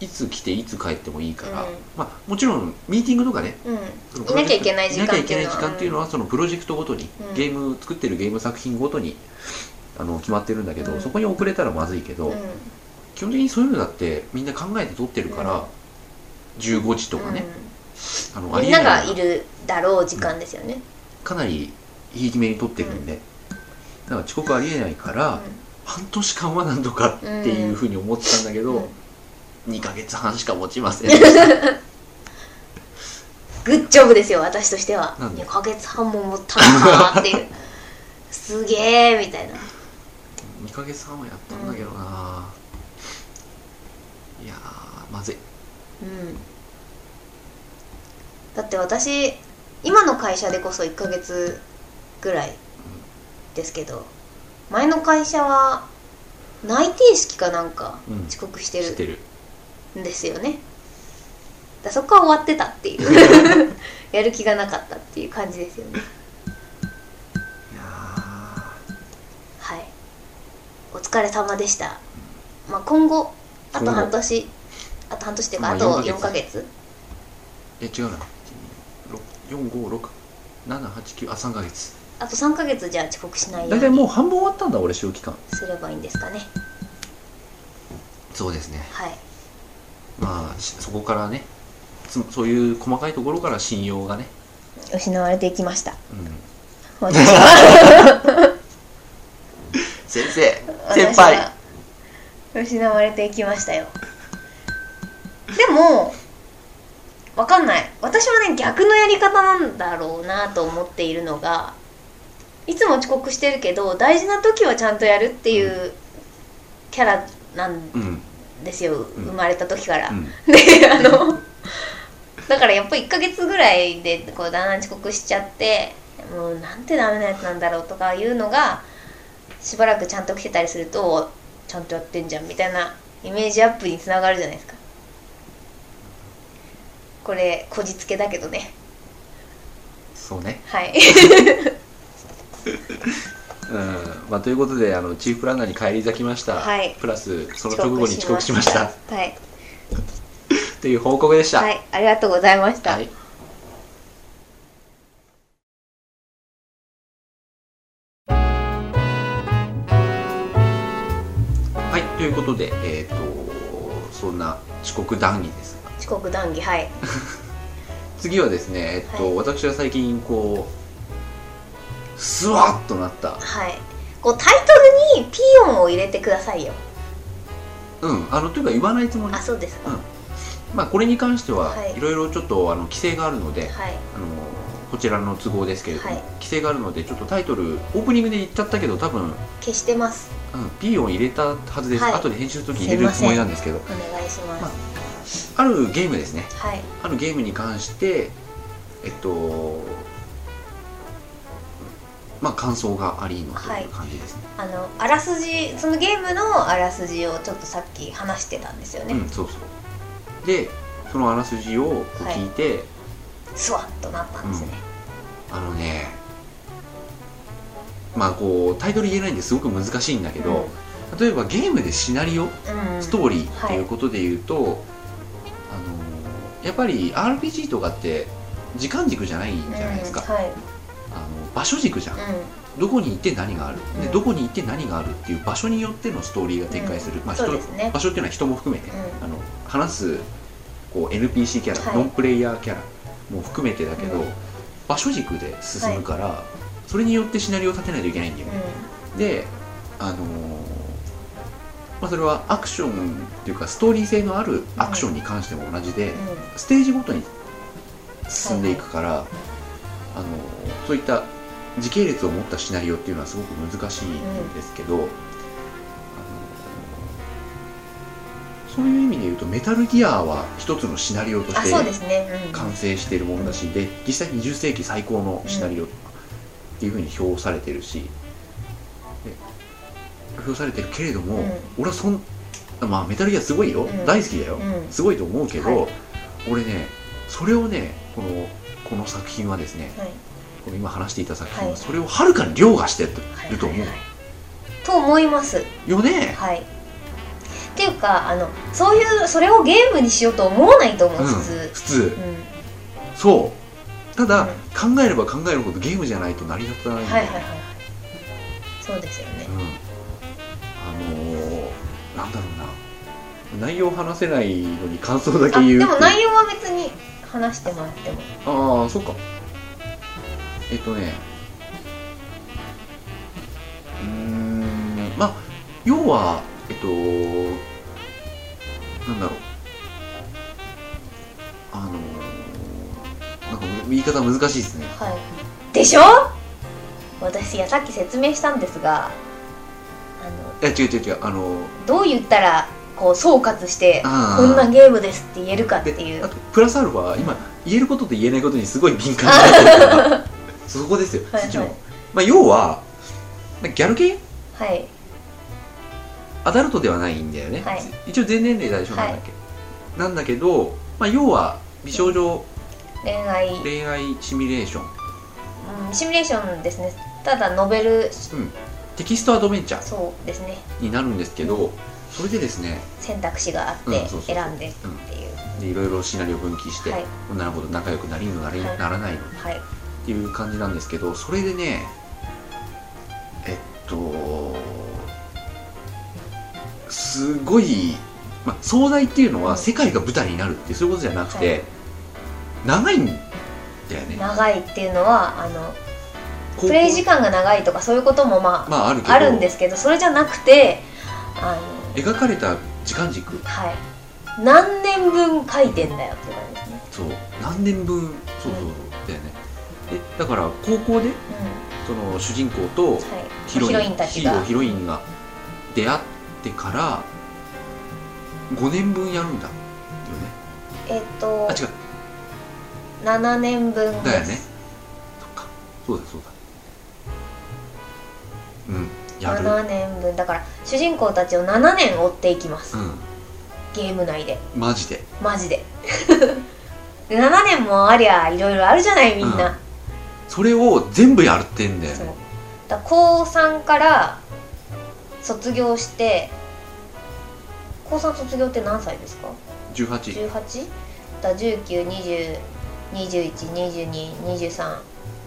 Speaker 1: いつ来ていつ帰ってもいいから、
Speaker 2: うん
Speaker 1: まあもちろんミーティングとかね
Speaker 2: うん、
Speaker 1: その
Speaker 2: いなきゃいけない時間
Speaker 1: いなきゃいけない時間っていうのはそのプロジェクトごとに、
Speaker 2: うん
Speaker 1: ゲーム作ってるゲーム作品ごとにあの決まってるんだけど、
Speaker 2: うん
Speaker 1: そこに遅れたらまずいけど、
Speaker 2: うん
Speaker 1: 基本的にそういうのだってみんな考えて取ってるから、
Speaker 2: うん
Speaker 1: 15時とかね、あ
Speaker 2: う
Speaker 1: の
Speaker 2: ん
Speaker 1: あ
Speaker 2: み
Speaker 1: り
Speaker 2: ん
Speaker 1: え
Speaker 2: な
Speaker 1: な
Speaker 2: が
Speaker 1: い
Speaker 2: いるだろう時間ですよね、
Speaker 1: かなりひいきめに取ってるんで、だから遅刻ありえないから、半年間はなんとかっていうふうに思ってたんだけ
Speaker 2: うん
Speaker 1: ど、2ヶ月半しか持ちま せん
Speaker 2: グッジョブですよ私としては
Speaker 1: なんで
Speaker 2: 2ヶ月半も持ったなーって いうすげーみたいな
Speaker 1: 2ヶ月半はやったんだけどな、いやーまずい
Speaker 2: うんだって私今の会社でこそ1ヶ月ぐらいですけど前の会社は内定式かなんか
Speaker 1: うん
Speaker 2: 遅刻して
Speaker 1: 知って
Speaker 2: る
Speaker 1: る
Speaker 2: んですよねだそこは終わってたっていう やる気がなかったっていう感じですよね
Speaker 1: いやー
Speaker 2: はい。お疲れ様でした。まあ、今後、あと
Speaker 1: 今後
Speaker 2: 半年、あと半年っていうか、
Speaker 1: まあ
Speaker 2: あと4
Speaker 1: 4
Speaker 2: ヶ
Speaker 1: ヶ
Speaker 2: 月。
Speaker 1: え違うな456789あ3ヶ月
Speaker 2: あと3ヶ月じゃあ遅刻しないよ
Speaker 1: 大体
Speaker 2: うに
Speaker 1: もう半分終わったんだ俺使用期間
Speaker 2: すればいいんですかね。
Speaker 1: そうですね
Speaker 2: はい。
Speaker 1: まあしそこからねつそういう細かいところから信用がね、
Speaker 2: 失われていきま した。
Speaker 1: うん、
Speaker 2: 私は
Speaker 1: 先生先輩
Speaker 2: 私は失われていきましたよ。でも、わかんない。私はね、逆のやり方なんだろうなと思っているのが、いつも遅刻してるけど、大事な時はちゃんとやるっていうキャラなん
Speaker 1: うんうん
Speaker 2: ですよ
Speaker 1: ん
Speaker 2: 生まれた時から、 であのだからやっぱ1ヶ月ぐらいでこうだんだん遅刻しちゃってもうなんてダメなやつなんだろうとかいうのがしばらくちゃんと来てたりするとちゃんとやってんじゃんみたいなイメージアップにつながるじゃないですかこれこじつけだけどね
Speaker 1: そうね
Speaker 2: はい
Speaker 1: うんまあということであのチーフプランナーに返り咲きました、
Speaker 2: はい
Speaker 1: プラスその直後に遅刻しまし
Speaker 2: 遅
Speaker 1: た
Speaker 2: 刻しましたはい、
Speaker 1: という報告でした、
Speaker 2: はい、ありがとうございました、
Speaker 1: はいはいということでえっ、とそんな遅刻談義ですが
Speaker 2: 遅刻談義はい
Speaker 1: 次はですねえっ、と、
Speaker 2: はい
Speaker 1: 私が最近こうスワッとなった
Speaker 2: はいこうタイトルにピヨンを入れてくださいよ
Speaker 1: うんあのというか言わないつもり
Speaker 2: あそうですか、
Speaker 1: うんまあこれに関しては
Speaker 2: はい
Speaker 1: いろいろちょっとあの規制があるので、
Speaker 2: はい
Speaker 1: あのこちらの都合ですけれども、
Speaker 2: はい
Speaker 1: 規制があるのでちょっとタイトルオープニングで言っちゃったけど多分、うん、
Speaker 2: 消してます
Speaker 1: P を入れたはずです、
Speaker 2: はい
Speaker 1: 後で編集の時に入れるつもりなんですけど
Speaker 2: お願いします、
Speaker 1: まあるゲームですね
Speaker 2: はい
Speaker 1: あるゲームに関してえっとまあ感想がありのという感じですね、
Speaker 2: あのあらすじそのゲームのあらすじをちょっとさっき話してたんですよね、
Speaker 1: うんそうそうでそのあらすじをこう聞いて、
Speaker 2: スワッとなったんですね、
Speaker 1: あのねまあこうタイトル言えないんですごく難しいんだけど、例えばゲームでシナリオ
Speaker 2: うん、
Speaker 1: ストーリーっていうことで言うと、あのやっぱり RPG とかって時間軸じゃないんじゃないですか、
Speaker 2: うんはい
Speaker 1: あの場所軸じゃん、どこに行って何がある、
Speaker 2: う
Speaker 1: で
Speaker 2: ん
Speaker 1: どこに行って何があるっていう場所によってのストーリーが展開する、
Speaker 2: うん
Speaker 1: まあ、
Speaker 2: そう
Speaker 1: 人
Speaker 2: ですね
Speaker 1: 場所っていうのは人も含めて、
Speaker 2: うん
Speaker 1: あの話すこう NPC キャラ、
Speaker 2: はい
Speaker 1: ノンプレイヤーキャラも含めてだけど、
Speaker 2: うん
Speaker 1: 場所軸で進むから、それによってシナリオを立てないといけないんだよね、であのーまあ、それはアクションっていうかストーリー性のあるアクションに関しても同じで、
Speaker 2: うんうん
Speaker 1: ステージごとに進んでいくから、あのそういった時系列を持ったシナリオっていうのはすごく難しいんですけど、あのそういう意味で言うとメタルギアは一つのシナリオとし
Speaker 2: あそうで
Speaker 1: て
Speaker 2: すね、うん、
Speaker 1: 完成しているものだし、で実際20世紀最高のシナリオっていうふうに評されてるし、で評されてるけれども、
Speaker 2: うん
Speaker 1: 俺はそんまあメタルギアすごいよ、
Speaker 2: うん
Speaker 1: 大好きだよ、
Speaker 2: うん
Speaker 1: すごいと思うけど、
Speaker 2: は
Speaker 1: 俺ねそれをねこのこの作品はですね
Speaker 2: はい
Speaker 1: この今話していた作品
Speaker 2: は
Speaker 1: はいそれをはるかに凌駕してると思
Speaker 2: はいはいはいと思います
Speaker 1: うよね
Speaker 2: はいっていうかあのそういうそれをゲームにしようと思わないと思う、
Speaker 1: うん
Speaker 2: 普通、
Speaker 1: 普通
Speaker 2: うん、
Speaker 1: そうただ、考えれば考えるほどゲームじゃないと成り立たないんだ
Speaker 2: は
Speaker 1: よ
Speaker 2: いはいはいはいそうですよね
Speaker 1: うんあのー、なんだろうな内容話せないのに感想だ
Speaker 2: あ
Speaker 1: け言
Speaker 2: で
Speaker 1: う
Speaker 2: も内容は別に話してもらっても
Speaker 1: ああそっかえっとねうーんまあ要はえっとなんだろうあのーなんか言い方難しいですね
Speaker 2: はいでしょ私いやさっき説明したんですがあの
Speaker 1: いや違う違う違うあのー
Speaker 2: どう言ったらこう総括して
Speaker 1: あー
Speaker 2: こんなゲームですって言えるかってい
Speaker 1: で
Speaker 2: う
Speaker 1: あとプラスアルファ今言えることと言えないことにすごい敏感になってるから そこですよ、
Speaker 2: はい
Speaker 1: そっちの
Speaker 2: はい
Speaker 1: まあ、要はまあギャル系
Speaker 2: はい
Speaker 1: アダルトではないんだよね、
Speaker 2: はい
Speaker 1: 一応全年齢対象なんだっけ、なんだけど、まあ、要は美少女
Speaker 2: 恋愛、う
Speaker 1: 恋愛シミュレーション、
Speaker 2: ん、シミュレーションですねただノベル
Speaker 1: うん、テキストアドベンチャー
Speaker 2: そうですね
Speaker 1: になるんですけどそれでですね
Speaker 2: 選択肢があっ
Speaker 1: うん
Speaker 2: て
Speaker 1: そうそうそう
Speaker 2: 選んでっていう、
Speaker 1: でいろいろシナリオ分岐して、
Speaker 2: はい
Speaker 1: 女の子と仲良くなりのなり
Speaker 2: はい
Speaker 1: ならないの
Speaker 2: はい
Speaker 1: っていう感じなんですけどそれでねえっとすごい、まあ、壮大っていうの
Speaker 2: う
Speaker 1: は
Speaker 2: ん
Speaker 1: 世界が舞台になるっていうそういうことじゃなくて、
Speaker 2: はい
Speaker 1: 長いんだよね
Speaker 2: 長いっていうのはあの
Speaker 1: 高
Speaker 2: プ
Speaker 1: 校
Speaker 2: レイ時間が長いとかそういうこともまあ、
Speaker 1: まああるけど
Speaker 2: あるんですけどそれじゃなくてあの
Speaker 1: 描かれた時間軸
Speaker 2: はい何年分書いてんだよっていう感じですね、
Speaker 1: そう何年分そうそうそうだよねでだから高校でその主人公と
Speaker 2: うんはい、
Speaker 1: ヒロイ
Speaker 2: ヒ
Speaker 1: ン
Speaker 2: ロインたちが
Speaker 1: ヒーローヒロインが出会ってから5年分やるんだよね
Speaker 2: えっ、
Speaker 1: あ
Speaker 2: と
Speaker 1: 違う
Speaker 2: 7年分です
Speaker 1: だよねそっかそうだそうだうんやる
Speaker 2: 7年分だから主人公たちを7年追っていきます、
Speaker 1: う
Speaker 2: ゲーム内で
Speaker 1: んマジで
Speaker 2: マジで で7年もありゃいろいろあるじゃないみんな、
Speaker 1: うんそれを全部やるってんだよ
Speaker 2: そう
Speaker 1: ね
Speaker 2: だから高3から卒業して高3卒業って何歳ですか
Speaker 1: 18
Speaker 2: 18? だ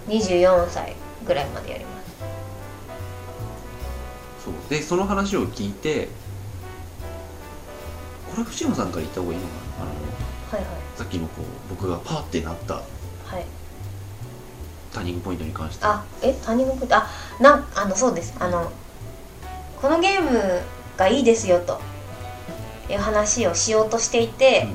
Speaker 2: 192021222324歳ぐらいまでやります
Speaker 1: そうでその話を聞いてこれは藤山さんから言った方がいいのかなあの
Speaker 2: はいは
Speaker 1: さっきのこう僕がパーってなった
Speaker 2: いはい
Speaker 1: ターニングポイントに関して
Speaker 2: あえ他人のことあなんあのそうですあのこのゲームがいいですよという話をしようとしていて、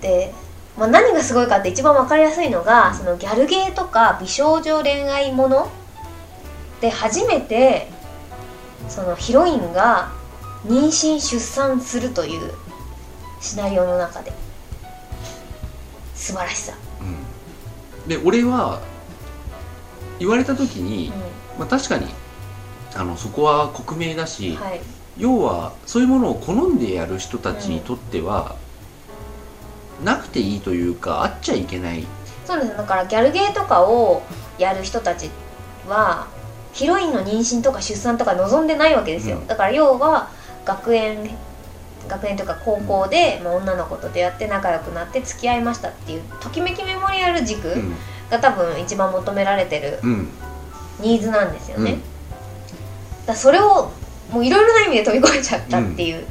Speaker 2: で、まあ、何がすごいかって一番わかりやすいのが、そのギャルゲーとか美少女恋愛もので初めてそのヒロインが妊娠出産するというシナリオの中で素晴らしさ、
Speaker 1: うんで俺は言われた時に、
Speaker 2: う
Speaker 1: まあ、確かにあのそこは克明だし、
Speaker 2: ん、はい
Speaker 1: 要はそういうものを好んでやる人たちにとっては、なくていいというかあっちゃいけない
Speaker 2: そうですだからギャルゲーとかをやる人たちはヒロインの妊娠とか出産とか望んでないわけですよ、
Speaker 1: うん
Speaker 2: だから要は学園学園とか高校で、まあ、女の子と出会って仲良くなって付き合いましたっていうときめきメモリアル軸
Speaker 1: うん
Speaker 2: が多分一番求められてる
Speaker 1: うん
Speaker 2: ニーズなんですよ
Speaker 1: うん
Speaker 2: ね、だからそれをもういろいろな意味で飛び越えちゃったっていう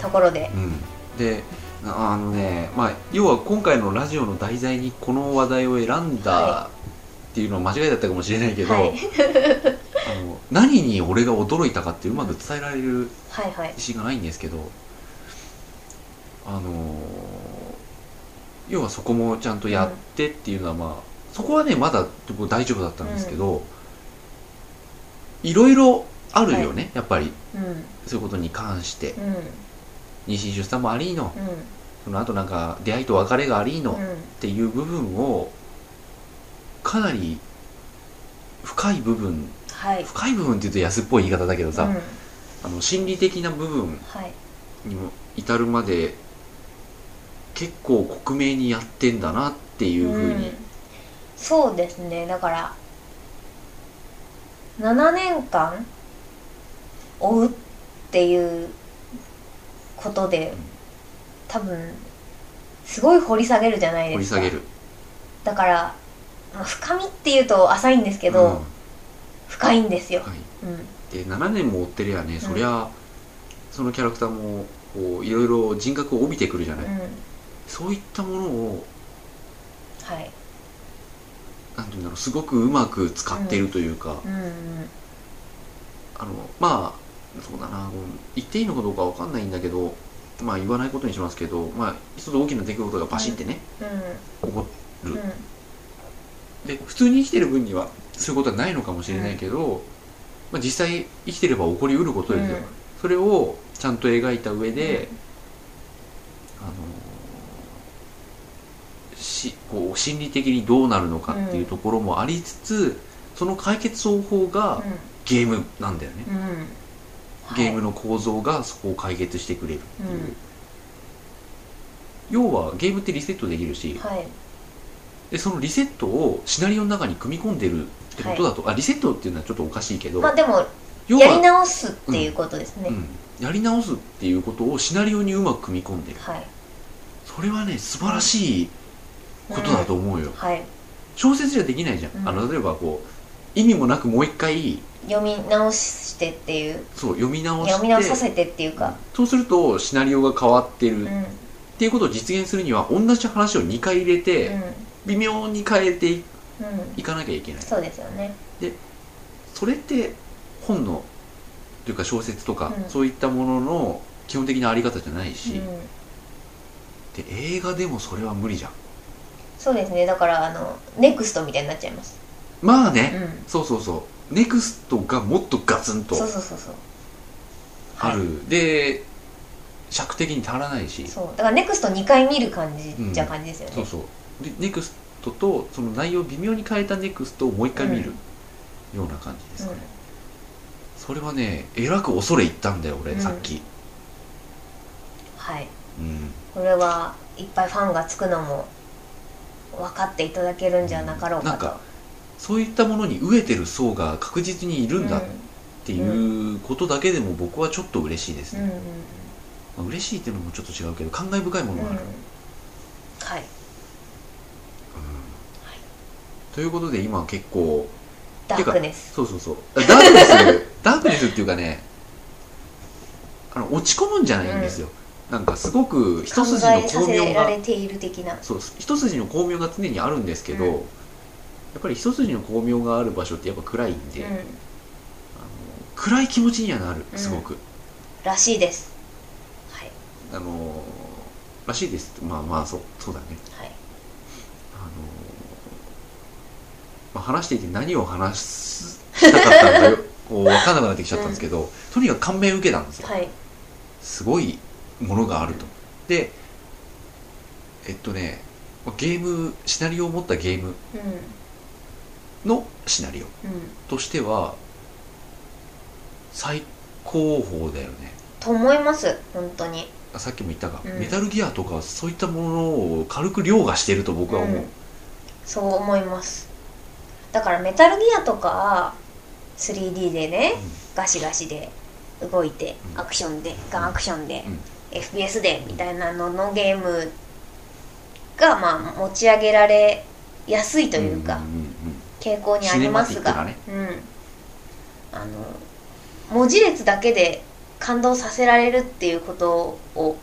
Speaker 2: ところで、
Speaker 1: うんでなあのねまあ要は今回のラジオの題材にこの話題を選んだっていうのは間違いだったかもしれないけど、
Speaker 2: はい
Speaker 1: あの何に俺が驚いたかってうまく伝えられる
Speaker 2: はいはい
Speaker 1: 自信がないんですけどあのー要はそこもちゃんとやってっていうのはまあ、そこはねまだ僕大丈夫だったんですけど、いろいろあるよね、やっぱり
Speaker 2: うん
Speaker 1: そういうことに関して
Speaker 2: うん
Speaker 1: 妊娠出産もありーの
Speaker 2: うん
Speaker 1: その後なんか出会いと別れがありーの、
Speaker 2: うん
Speaker 1: っていう部分をかなり深い部分
Speaker 2: はい
Speaker 1: 深い部分っていうと安っぽい言い方だけどさ、
Speaker 2: うん
Speaker 1: あの心理的な部分
Speaker 2: はい
Speaker 1: にも至るまで結構克明にやってんだなっていうふうに、
Speaker 2: んそうですねだから7年間追うっていうことで多分すごい掘り下げるじゃない
Speaker 1: 掘
Speaker 2: で
Speaker 1: り
Speaker 2: すか
Speaker 1: 下げる
Speaker 2: だから、まあ深みっていうと浅いんですけど、
Speaker 1: うんは
Speaker 2: 深いんですよ、
Speaker 1: い、
Speaker 2: うん、
Speaker 1: で7年も追ってりゃね、そりゃそのキャラクターもこういろいろ人格を帯びてくるじゃない、
Speaker 2: うん、
Speaker 1: そういったものを
Speaker 2: はい、
Speaker 1: なんていうんだろうすごくうまく使ってるというか、
Speaker 2: うんうん、
Speaker 1: あのまあそうだなうん言っていいのかどうかわかんないんだけどまあ言わないことにしますけどまあ一つ大きな出来事がバシンってね、
Speaker 2: う
Speaker 1: 起こ
Speaker 2: ん、うん、
Speaker 1: で普通に生きてる分にはそういうことはないのかもしれないけど、まあ、実際生きてれば起こりうることですよ、
Speaker 2: うん
Speaker 1: それをちゃんと描いた上で、あのしこう心理的にどうなるのかっていうところもありつつ、その解決方法がゲームなんだよね、
Speaker 2: うん、うん、
Speaker 1: ゲーム
Speaker 2: の、
Speaker 1: の構造がそこを解決してくれるっていう、
Speaker 2: うん
Speaker 1: 要はゲームってリセットできるし、
Speaker 2: はい、
Speaker 1: でそのリセットをシナリオの中に組み込んでるってことだと、あリセットっていうのはちょっとおかしいけど、
Speaker 2: まあでも
Speaker 1: 要
Speaker 2: やり直すっていうことですね、
Speaker 1: うん、やり直すっていうことをシナリオにうまく組み込んでる
Speaker 2: はい、
Speaker 1: それはね素晴らしいことだと思うよ、
Speaker 2: うん、はい、
Speaker 1: 小説じゃできないじゃん、
Speaker 2: うん
Speaker 1: あの例えばこう意味もなくもう一回
Speaker 2: 読み直してっていう
Speaker 1: そう読み直して
Speaker 2: 読み直させてっていうか、
Speaker 1: そうするとシナリオが変わって
Speaker 2: う
Speaker 1: る
Speaker 2: ん、う
Speaker 1: っ
Speaker 2: ん、
Speaker 1: ていうことを実現するには同じ話を2回入れて、微妙に変えてい
Speaker 2: うん、
Speaker 1: いかなきゃいけない
Speaker 2: そうですよね、
Speaker 1: それって本のというか小説とか、
Speaker 2: うん
Speaker 1: そういったものの基本的なあり方じゃないし、
Speaker 2: うん、
Speaker 1: で映画でもそれは無理じゃん
Speaker 2: そうですねだからあのネクストみたいになっちゃいます、
Speaker 1: まあ
Speaker 2: う
Speaker 1: ね、
Speaker 2: ん、
Speaker 1: そうそうそうネクストがもっとガツンと
Speaker 2: そうそうそうそう
Speaker 1: ある、
Speaker 2: は
Speaker 1: で尺的に足らないし
Speaker 2: い、そうだからネクスト2回見る感じ
Speaker 1: うん
Speaker 2: じゃ感じですよね、
Speaker 1: そうそうでネクストとその内容を微妙に変えたネクストをもう一回見るような感じですかね、それはねえらく恐れ入ったんだよ俺、
Speaker 2: うん
Speaker 1: さっき
Speaker 2: はい
Speaker 1: うん
Speaker 2: これはいっぱいファンがつくのも分かっていただけるんじゃなかろうかと
Speaker 1: なんかそういったものに飢えてる層が確実にいるんだ
Speaker 2: う
Speaker 1: っていうことだけでも僕はちょっと嬉しいです
Speaker 2: うん
Speaker 1: ね、
Speaker 2: うん
Speaker 1: まあ嬉しいっていうのもちょっと違うけど感慨深いも
Speaker 2: うん
Speaker 1: のがある、
Speaker 2: はい
Speaker 1: ということで今は結構
Speaker 2: ダークネス
Speaker 1: そうそ うそうダークネスダークネスっていうかねあの落ち込むんじゃないんですよ、なんかすごく一
Speaker 2: 考
Speaker 1: 筋の
Speaker 2: えさ
Speaker 1: 巧妙
Speaker 2: せら
Speaker 1: が
Speaker 2: れている的な
Speaker 1: そう一筋の巧妙が常にあるんですけど、
Speaker 2: うん
Speaker 1: やっぱり一筋の巧妙がある場所ってやっぱ暗いん
Speaker 2: う
Speaker 1: で、
Speaker 2: ん
Speaker 1: 暗い気持ちにはなるすごく、
Speaker 2: らしいですはい
Speaker 1: あのーらしいですまあまあそうそうだね
Speaker 2: はい
Speaker 1: あのーまあ、話していて何を話したかったのかよこう分からなくなってきちゃったんですけど、とにかく感銘を受けたんですよ、
Speaker 2: はい
Speaker 1: すごいものがあるとでえっとねゲームシナリオを持ったゲーム
Speaker 2: うん
Speaker 1: のシナリオ
Speaker 2: うん
Speaker 1: としては最高峰だよね
Speaker 2: と思います本当に
Speaker 1: あさっきも言ったが、
Speaker 2: うん
Speaker 1: メタルギアとかそういったものを軽く凌駕してると僕は思う、
Speaker 2: うんそう思いますだからメタルギアとか 3D でねガシガシで動いて
Speaker 1: うん
Speaker 2: アクションでガンアクションで
Speaker 1: うん
Speaker 2: FPS でみたいなののゲームがまあ持ち上げられやすいというか
Speaker 1: んんうん
Speaker 2: 傾向にありますが、
Speaker 1: シネマティッ
Speaker 2: うん、あの文字列だけで感動させられるっていうことを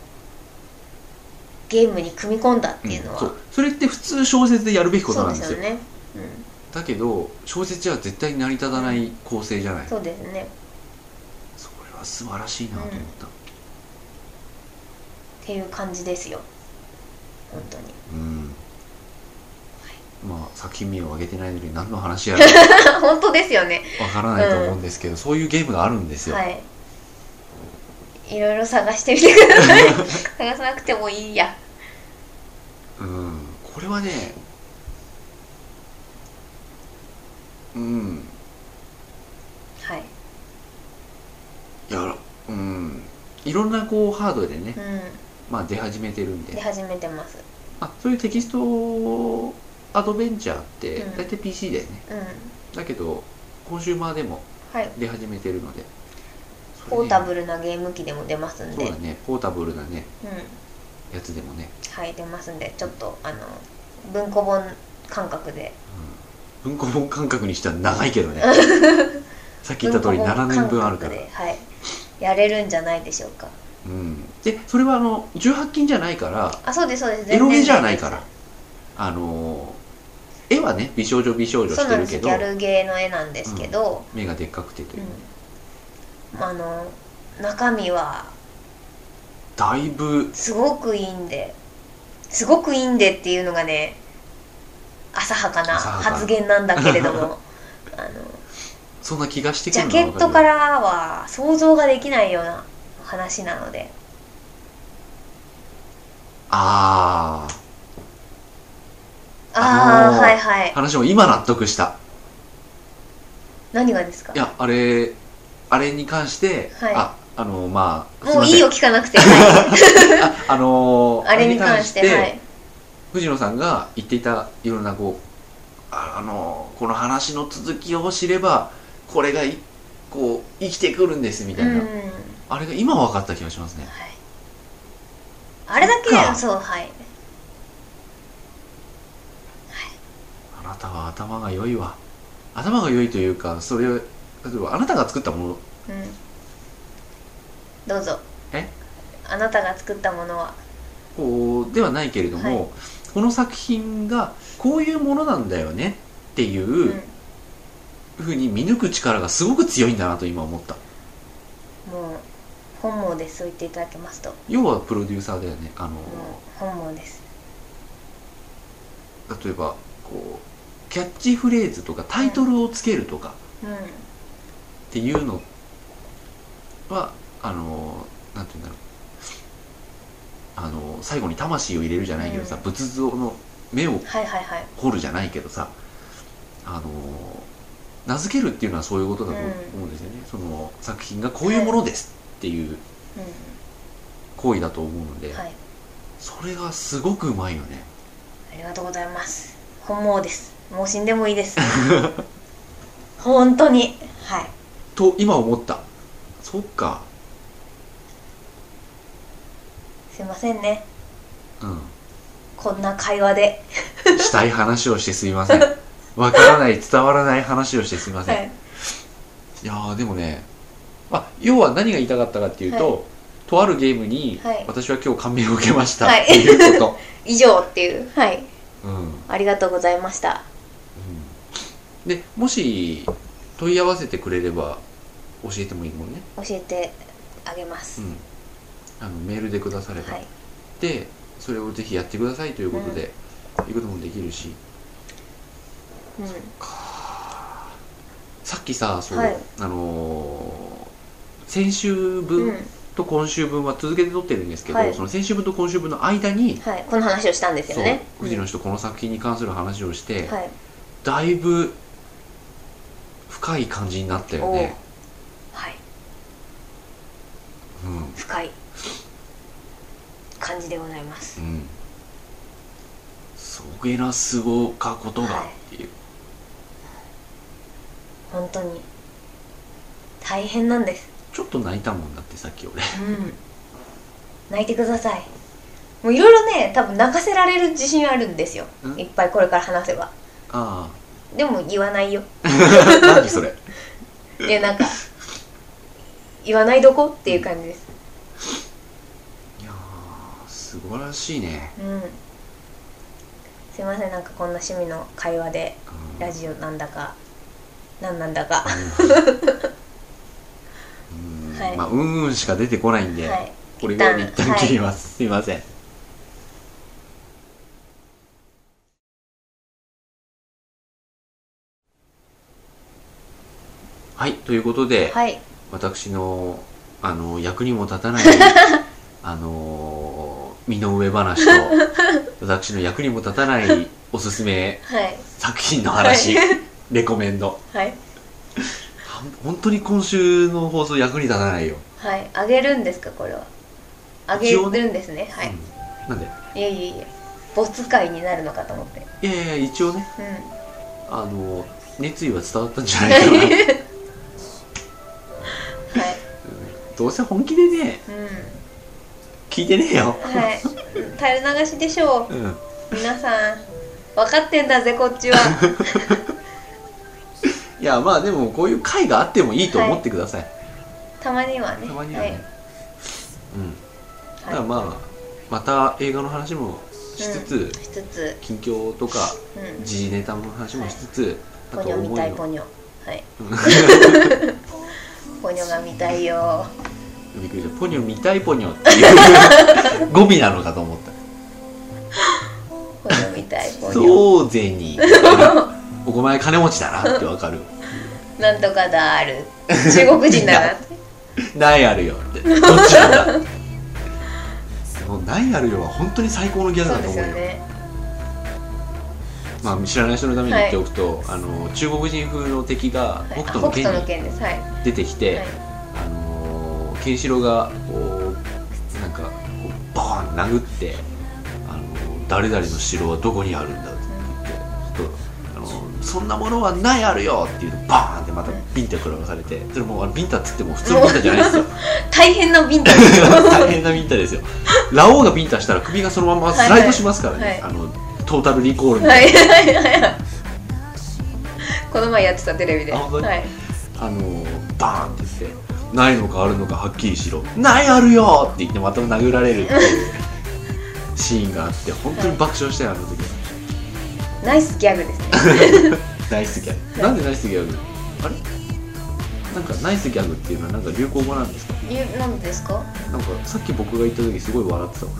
Speaker 2: ゲームに組み込んだっていうのは、
Speaker 1: そうそれって普通小説でやるべきこと
Speaker 2: そう
Speaker 1: な
Speaker 2: で
Speaker 1: んです
Speaker 2: す
Speaker 1: よ
Speaker 2: よね、
Speaker 1: だけど小説じゃ絶対成り立たない構成じゃないそ
Speaker 2: そうですね
Speaker 1: れは素晴らしいなと思った
Speaker 2: っていう感じですよ本当 に
Speaker 1: うん、まあ作品名を挙げてないのに何の話 やらわ
Speaker 2: 本当ですよね
Speaker 1: からないと思うんですけど、そういうゲームがあるんですよ、
Speaker 2: はいいろいろ探してみてください 探さなくてもいいや
Speaker 1: うんこれはねうん
Speaker 2: はい
Speaker 1: いやうんいろんなこうハードでね、
Speaker 2: う
Speaker 1: まあ出始めてるん
Speaker 2: ん出
Speaker 1: で
Speaker 2: 始めてます
Speaker 1: あそういうテキストアドベンチャーって
Speaker 2: うん
Speaker 1: 大体 PC だよね、
Speaker 2: うん
Speaker 1: だけどコンシューマーでも
Speaker 2: はい
Speaker 1: 出始めてるのでそ
Speaker 2: ポ
Speaker 1: れね
Speaker 2: ータブルなゲーム機でも出ますんで
Speaker 1: そうだねポータブルなね
Speaker 2: うん
Speaker 1: やつでもね、
Speaker 2: はい出ますんでちょっとあの文庫本感覚で
Speaker 1: うん、文庫本感覚にしては長い けどねさっき言った通り
Speaker 2: 文庫
Speaker 1: 7
Speaker 2: 本
Speaker 1: 年分ある
Speaker 2: 感
Speaker 1: か
Speaker 2: 覚
Speaker 1: ら
Speaker 2: ではいやれるんじゃないでしょうか
Speaker 1: うんでそれはあの18禁じゃないから
Speaker 2: あそうですそうです
Speaker 1: エロゲじゃない
Speaker 2: 全然
Speaker 1: からあのー絵はね美少女美少女
Speaker 2: そう
Speaker 1: し
Speaker 2: な
Speaker 1: て
Speaker 2: んで
Speaker 1: る
Speaker 2: す
Speaker 1: け
Speaker 2: ギ
Speaker 1: ど
Speaker 2: ャルゲーの絵なんですけど、
Speaker 1: 目がでっかくて
Speaker 2: う
Speaker 1: という、
Speaker 2: んあの中身は
Speaker 1: だいぶ
Speaker 2: すごくいいんですごくいいんでっていうのがね浅はかな
Speaker 1: 浅はかな
Speaker 2: 発言なんだけ れどもあの
Speaker 1: そんな気がしてく
Speaker 2: ジ
Speaker 1: る
Speaker 2: ャ
Speaker 1: の
Speaker 2: ケ
Speaker 1: がわ
Speaker 2: ット
Speaker 1: か
Speaker 2: か
Speaker 1: るよ
Speaker 2: らは想像ができないような話なので
Speaker 1: あ
Speaker 2: あ
Speaker 1: あ
Speaker 2: あ
Speaker 1: のー
Speaker 2: はいはい
Speaker 1: あ話も今納得した
Speaker 2: 何がですか
Speaker 1: いやあれあれに関して、
Speaker 2: はい
Speaker 1: ああのまあす
Speaker 2: もういい
Speaker 1: ません
Speaker 2: よ聞かなく て、はい
Speaker 1: ああのー
Speaker 2: あれに関して
Speaker 1: あれに関
Speaker 2: はい
Speaker 1: 藤野さんが言っていたいろんなこうああのこの話の続きを知ればこれがいこう生きてくるんですみた
Speaker 2: う
Speaker 1: いな、
Speaker 2: ん、はい、
Speaker 1: あれが今分かった気がしますね
Speaker 2: あれだけ
Speaker 1: そっか
Speaker 2: そうはい
Speaker 1: あなたは頭が良いわ頭が良いというかそれ例えばあなたが作ったもの
Speaker 2: うんどうぞ
Speaker 1: え
Speaker 2: あなたが作ったものは
Speaker 1: こうではないけれども、
Speaker 2: は
Speaker 1: この作品がこういうものなんだよねっていううんふうに見抜く力がすごく強いんだなと今思った
Speaker 2: もう本望ですそう言っていただけますとも
Speaker 1: 要はプロデューサーだよねあの、
Speaker 2: う本望です
Speaker 1: 例えばこうキャッチフレーズとかタイトルをつけるとか
Speaker 2: うん
Speaker 1: っていうのはあのなんて言うんだろうあの最後に魂を入れるじゃないけどさ、
Speaker 2: うん
Speaker 1: 仏像の目を
Speaker 2: はいはいはい
Speaker 1: 掘るじゃないけどさあの名付けるっていうのはそういうことだと思うんですよね、その作品がこういうものですっていう
Speaker 2: う
Speaker 1: 行為だと思うので、
Speaker 2: んはい
Speaker 1: それがすごくうまいよね
Speaker 2: ありがとうございます本望ですもう死んでもいいです 本当にはい
Speaker 1: と今思ったそっか
Speaker 2: すいませんね
Speaker 1: うん
Speaker 2: こんな会話で
Speaker 1: したい話をしてすみ ません。わからない、伝わらない話をしてすみません。い、やー、でもね、まあ、要は何が言いたかったかっていうと、とあるゲームに、
Speaker 2: はい
Speaker 1: 私は今日感銘を受けました、
Speaker 2: はい
Speaker 1: っていうこ
Speaker 2: 以上っていうはい
Speaker 1: と。うん。うん
Speaker 2: ありがとうございました
Speaker 1: で、もし、問い合わせてくれれば、教えてもいいもんね。
Speaker 2: 教えてあげます、
Speaker 1: うん。あの、メールでくだされば。
Speaker 2: はい
Speaker 1: で、それをぜひやってくださいということで、いうこともできるし、
Speaker 2: うん
Speaker 1: さっきさ、そう、
Speaker 2: はい
Speaker 1: あのー先週分、
Speaker 2: うん
Speaker 1: と今週分は続けて撮ってるんですけど、
Speaker 2: はい
Speaker 1: その先週分と今週分の間に、
Speaker 2: はいこの話をしたんですよ
Speaker 1: そう
Speaker 2: ね
Speaker 1: 藤野氏とこの作品に関する話をして、
Speaker 2: はい
Speaker 1: だいぶ深い感じになったよね、
Speaker 2: はい
Speaker 1: うん
Speaker 2: 深い感じでございます
Speaker 1: うん、そげなすごかことがっていう、
Speaker 2: 本当に大変なんです
Speaker 1: ちょっと泣いたもんだってさっ き俺
Speaker 2: うん泣いてくださいもういろいろね多分泣かせられる自信あるんですよ
Speaker 1: ん
Speaker 2: いっぱいこれから話せば
Speaker 1: あ
Speaker 2: でも言わ ないよ
Speaker 1: あ何それ
Speaker 2: でなんか言わないどこっていう感じです
Speaker 1: いやー素晴らしいね
Speaker 2: うんすすいませんなんかこんな趣味の会話で
Speaker 1: うん
Speaker 2: ラジオなんだかなんなんだか
Speaker 1: うん
Speaker 2: はい
Speaker 1: まあうんうんしか出てこないんで、
Speaker 2: はい
Speaker 1: これぐらいで
Speaker 2: 一
Speaker 1: 一
Speaker 2: 旦
Speaker 1: 旦切ります、すいませんはいということで、
Speaker 2: はい
Speaker 1: 私のあの役にも立 たないあの身の上話と 私の役にも立たないおすすめ
Speaker 2: はい
Speaker 1: 作品の話、
Speaker 2: は
Speaker 1: レコメンド
Speaker 2: はい
Speaker 1: は本当に今週の放送役に立たないよ、
Speaker 2: はいあげるんですかこれはあげるんですねはい、
Speaker 1: うんなんで
Speaker 2: いやいやいや没会になるのかと思って
Speaker 1: いやいや一応ね
Speaker 2: うん
Speaker 1: あの熱意は伝わったんじゃないかな うん
Speaker 2: はい
Speaker 1: どうせ本気でね
Speaker 2: うん
Speaker 1: 聞いてねえよ
Speaker 2: はい垂れ流しでしょう
Speaker 1: うん
Speaker 2: 皆さん分かってんだぜこっち は
Speaker 1: いやまあでもこういう回があってもいいと思ってください、
Speaker 2: たまにはね
Speaker 1: たまにはね、うん
Speaker 2: はい
Speaker 1: だから
Speaker 2: は
Speaker 1: まあまた映画の話もしつつ、
Speaker 2: い、しつつ、
Speaker 1: 近況とか
Speaker 2: うん、
Speaker 1: 時事ネタの話もしつつ、
Speaker 2: ポ
Speaker 1: あ
Speaker 2: ニ
Speaker 1: と
Speaker 2: ョ見
Speaker 1: 思
Speaker 2: た
Speaker 1: い
Speaker 2: いポ
Speaker 1: を
Speaker 2: ニョ はいポニョが見たいよ
Speaker 1: びっくりしたポニョ見たいポニョっていう 語尾なのかと思っ
Speaker 2: ポ
Speaker 1: た
Speaker 2: ニョ見たいポニョ
Speaker 1: そうぜ にお前金持ちだなってわか る
Speaker 2: なんとかだある中国人だなって
Speaker 1: ないあるよってどっちなんだでもないあるよは本当に最高のギャグ
Speaker 2: そ
Speaker 1: だ
Speaker 2: うで
Speaker 1: と
Speaker 2: す
Speaker 1: 思う
Speaker 2: よ
Speaker 1: よ
Speaker 2: ね
Speaker 1: まあ、知らない人のために言っておくと、あの中国人風の敵が
Speaker 2: はい
Speaker 1: 北
Speaker 2: あ北
Speaker 1: 斗の拳
Speaker 2: 斗
Speaker 1: に
Speaker 2: の剣ですはい、
Speaker 1: 出てきて、
Speaker 2: はい
Speaker 1: あのーケンシロウがこうなんかこうボーン殴って、あのー誰々の城はどこにあるんだって言ってちょっと、あのーそんなものはないあるよって言うとバーンってまたビンタ食らわされてそれもうあのビンタっつっても普通のビンタじゃないですよ
Speaker 2: 大変なビンタです
Speaker 1: 大変なビンタですよラオウがビンタしたら首がそのままスライドしますからね、
Speaker 2: はいはい
Speaker 1: あのトータルリコールみた
Speaker 2: はいいはいはいはいこの前やってたテレビで
Speaker 1: あ本当に
Speaker 2: はい
Speaker 1: な、あのーバーンって言ってないのかあるのかはっきりしろないあるよって言ってまた殴られるっていうシーンがあって本当に爆笑したよあの時は。
Speaker 2: ナイスギャグですね
Speaker 1: ナイスギャグ。なんでナイスギャグあれなんかナイスギャグっていうのはなんか流行語なんですか
Speaker 2: 言うなんですか
Speaker 1: なんかさっき僕が言った時すごい笑ってたわ。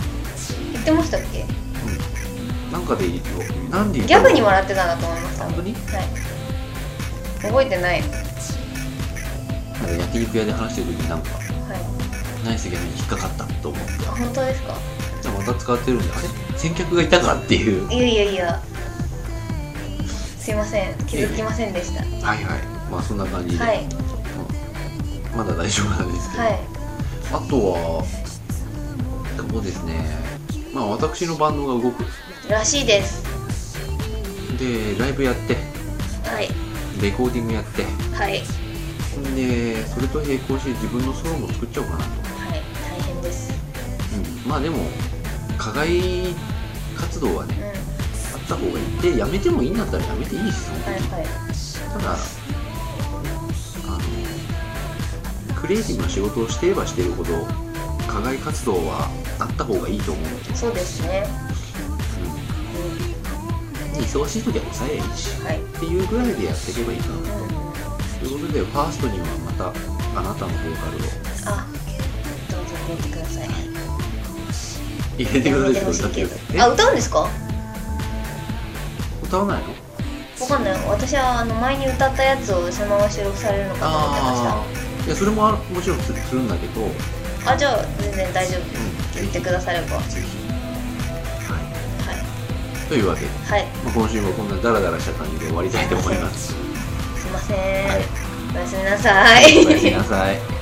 Speaker 2: 言ってましたっけ
Speaker 1: なんかでいいよ。なんで言っ
Speaker 2: ギ
Speaker 1: た
Speaker 2: ャ
Speaker 1: の
Speaker 2: グに笑ってたなと思いました
Speaker 1: 本当に
Speaker 2: はい覚えてない、は
Speaker 1: なんか焼肉屋で話してる時になんかナイスギャグに引っかかったと思って。
Speaker 2: い、本当ですか
Speaker 1: じゃあまた使ってるんで、あれ先客がいたかっていう。
Speaker 2: いやいやいやすいません気づきませんでした
Speaker 1: はいはい。まあそんな感じで。
Speaker 2: はい
Speaker 1: まあまだ大丈夫なんですけど。
Speaker 2: はい
Speaker 1: あとは、そうですね。まあ私のバンドが動く。
Speaker 2: らしいです
Speaker 1: で、ライブやって、
Speaker 2: はい
Speaker 1: レコーディングやって。
Speaker 2: はい
Speaker 1: でそれと並行して自分のソロも作っちゃおうかなと、
Speaker 2: はい大変です
Speaker 1: うん、まあでも課外活動は
Speaker 2: うん
Speaker 1: ね
Speaker 2: は
Speaker 1: あった方がいいでやめてもいいんだったらやめていいしその時
Speaker 2: いはい
Speaker 1: ただあのクリエイティブな仕事をしていればしているほど課外活動はあった方がいいと思うので、
Speaker 2: そうですね
Speaker 1: う、
Speaker 2: うん
Speaker 1: 忙しい時は抑えりゃいいし
Speaker 2: んはい
Speaker 1: っていうぐらいでやっていけばいいかな
Speaker 2: うん
Speaker 1: ということでファーストにはまたあなたのボーカルを
Speaker 2: あどうぞ入れてください
Speaker 1: 入れてく
Speaker 2: や
Speaker 1: だ
Speaker 2: めて
Speaker 1: さ
Speaker 2: ほ
Speaker 1: い
Speaker 2: し
Speaker 1: 歌
Speaker 2: い
Speaker 1: って
Speaker 2: け
Speaker 1: くだ
Speaker 2: ど
Speaker 1: さ
Speaker 2: あ
Speaker 1: いえ
Speaker 2: 歌うんですかわ
Speaker 1: 歌わないの
Speaker 2: かんない私はあの前に歌ったやつをそのまま収録されるのかと思ってました
Speaker 1: ああいやそれもあもちろんするするんだけど、うん、
Speaker 2: あじゃあ全然大丈夫言ってくださればは
Speaker 1: ぜひ、はいい、というわけで、
Speaker 2: はい
Speaker 1: まあ、今週もこんなダラダラした感じ で終わりたいと思います
Speaker 2: すいません、
Speaker 1: はい
Speaker 2: おやすみなさい
Speaker 1: おやすみなさい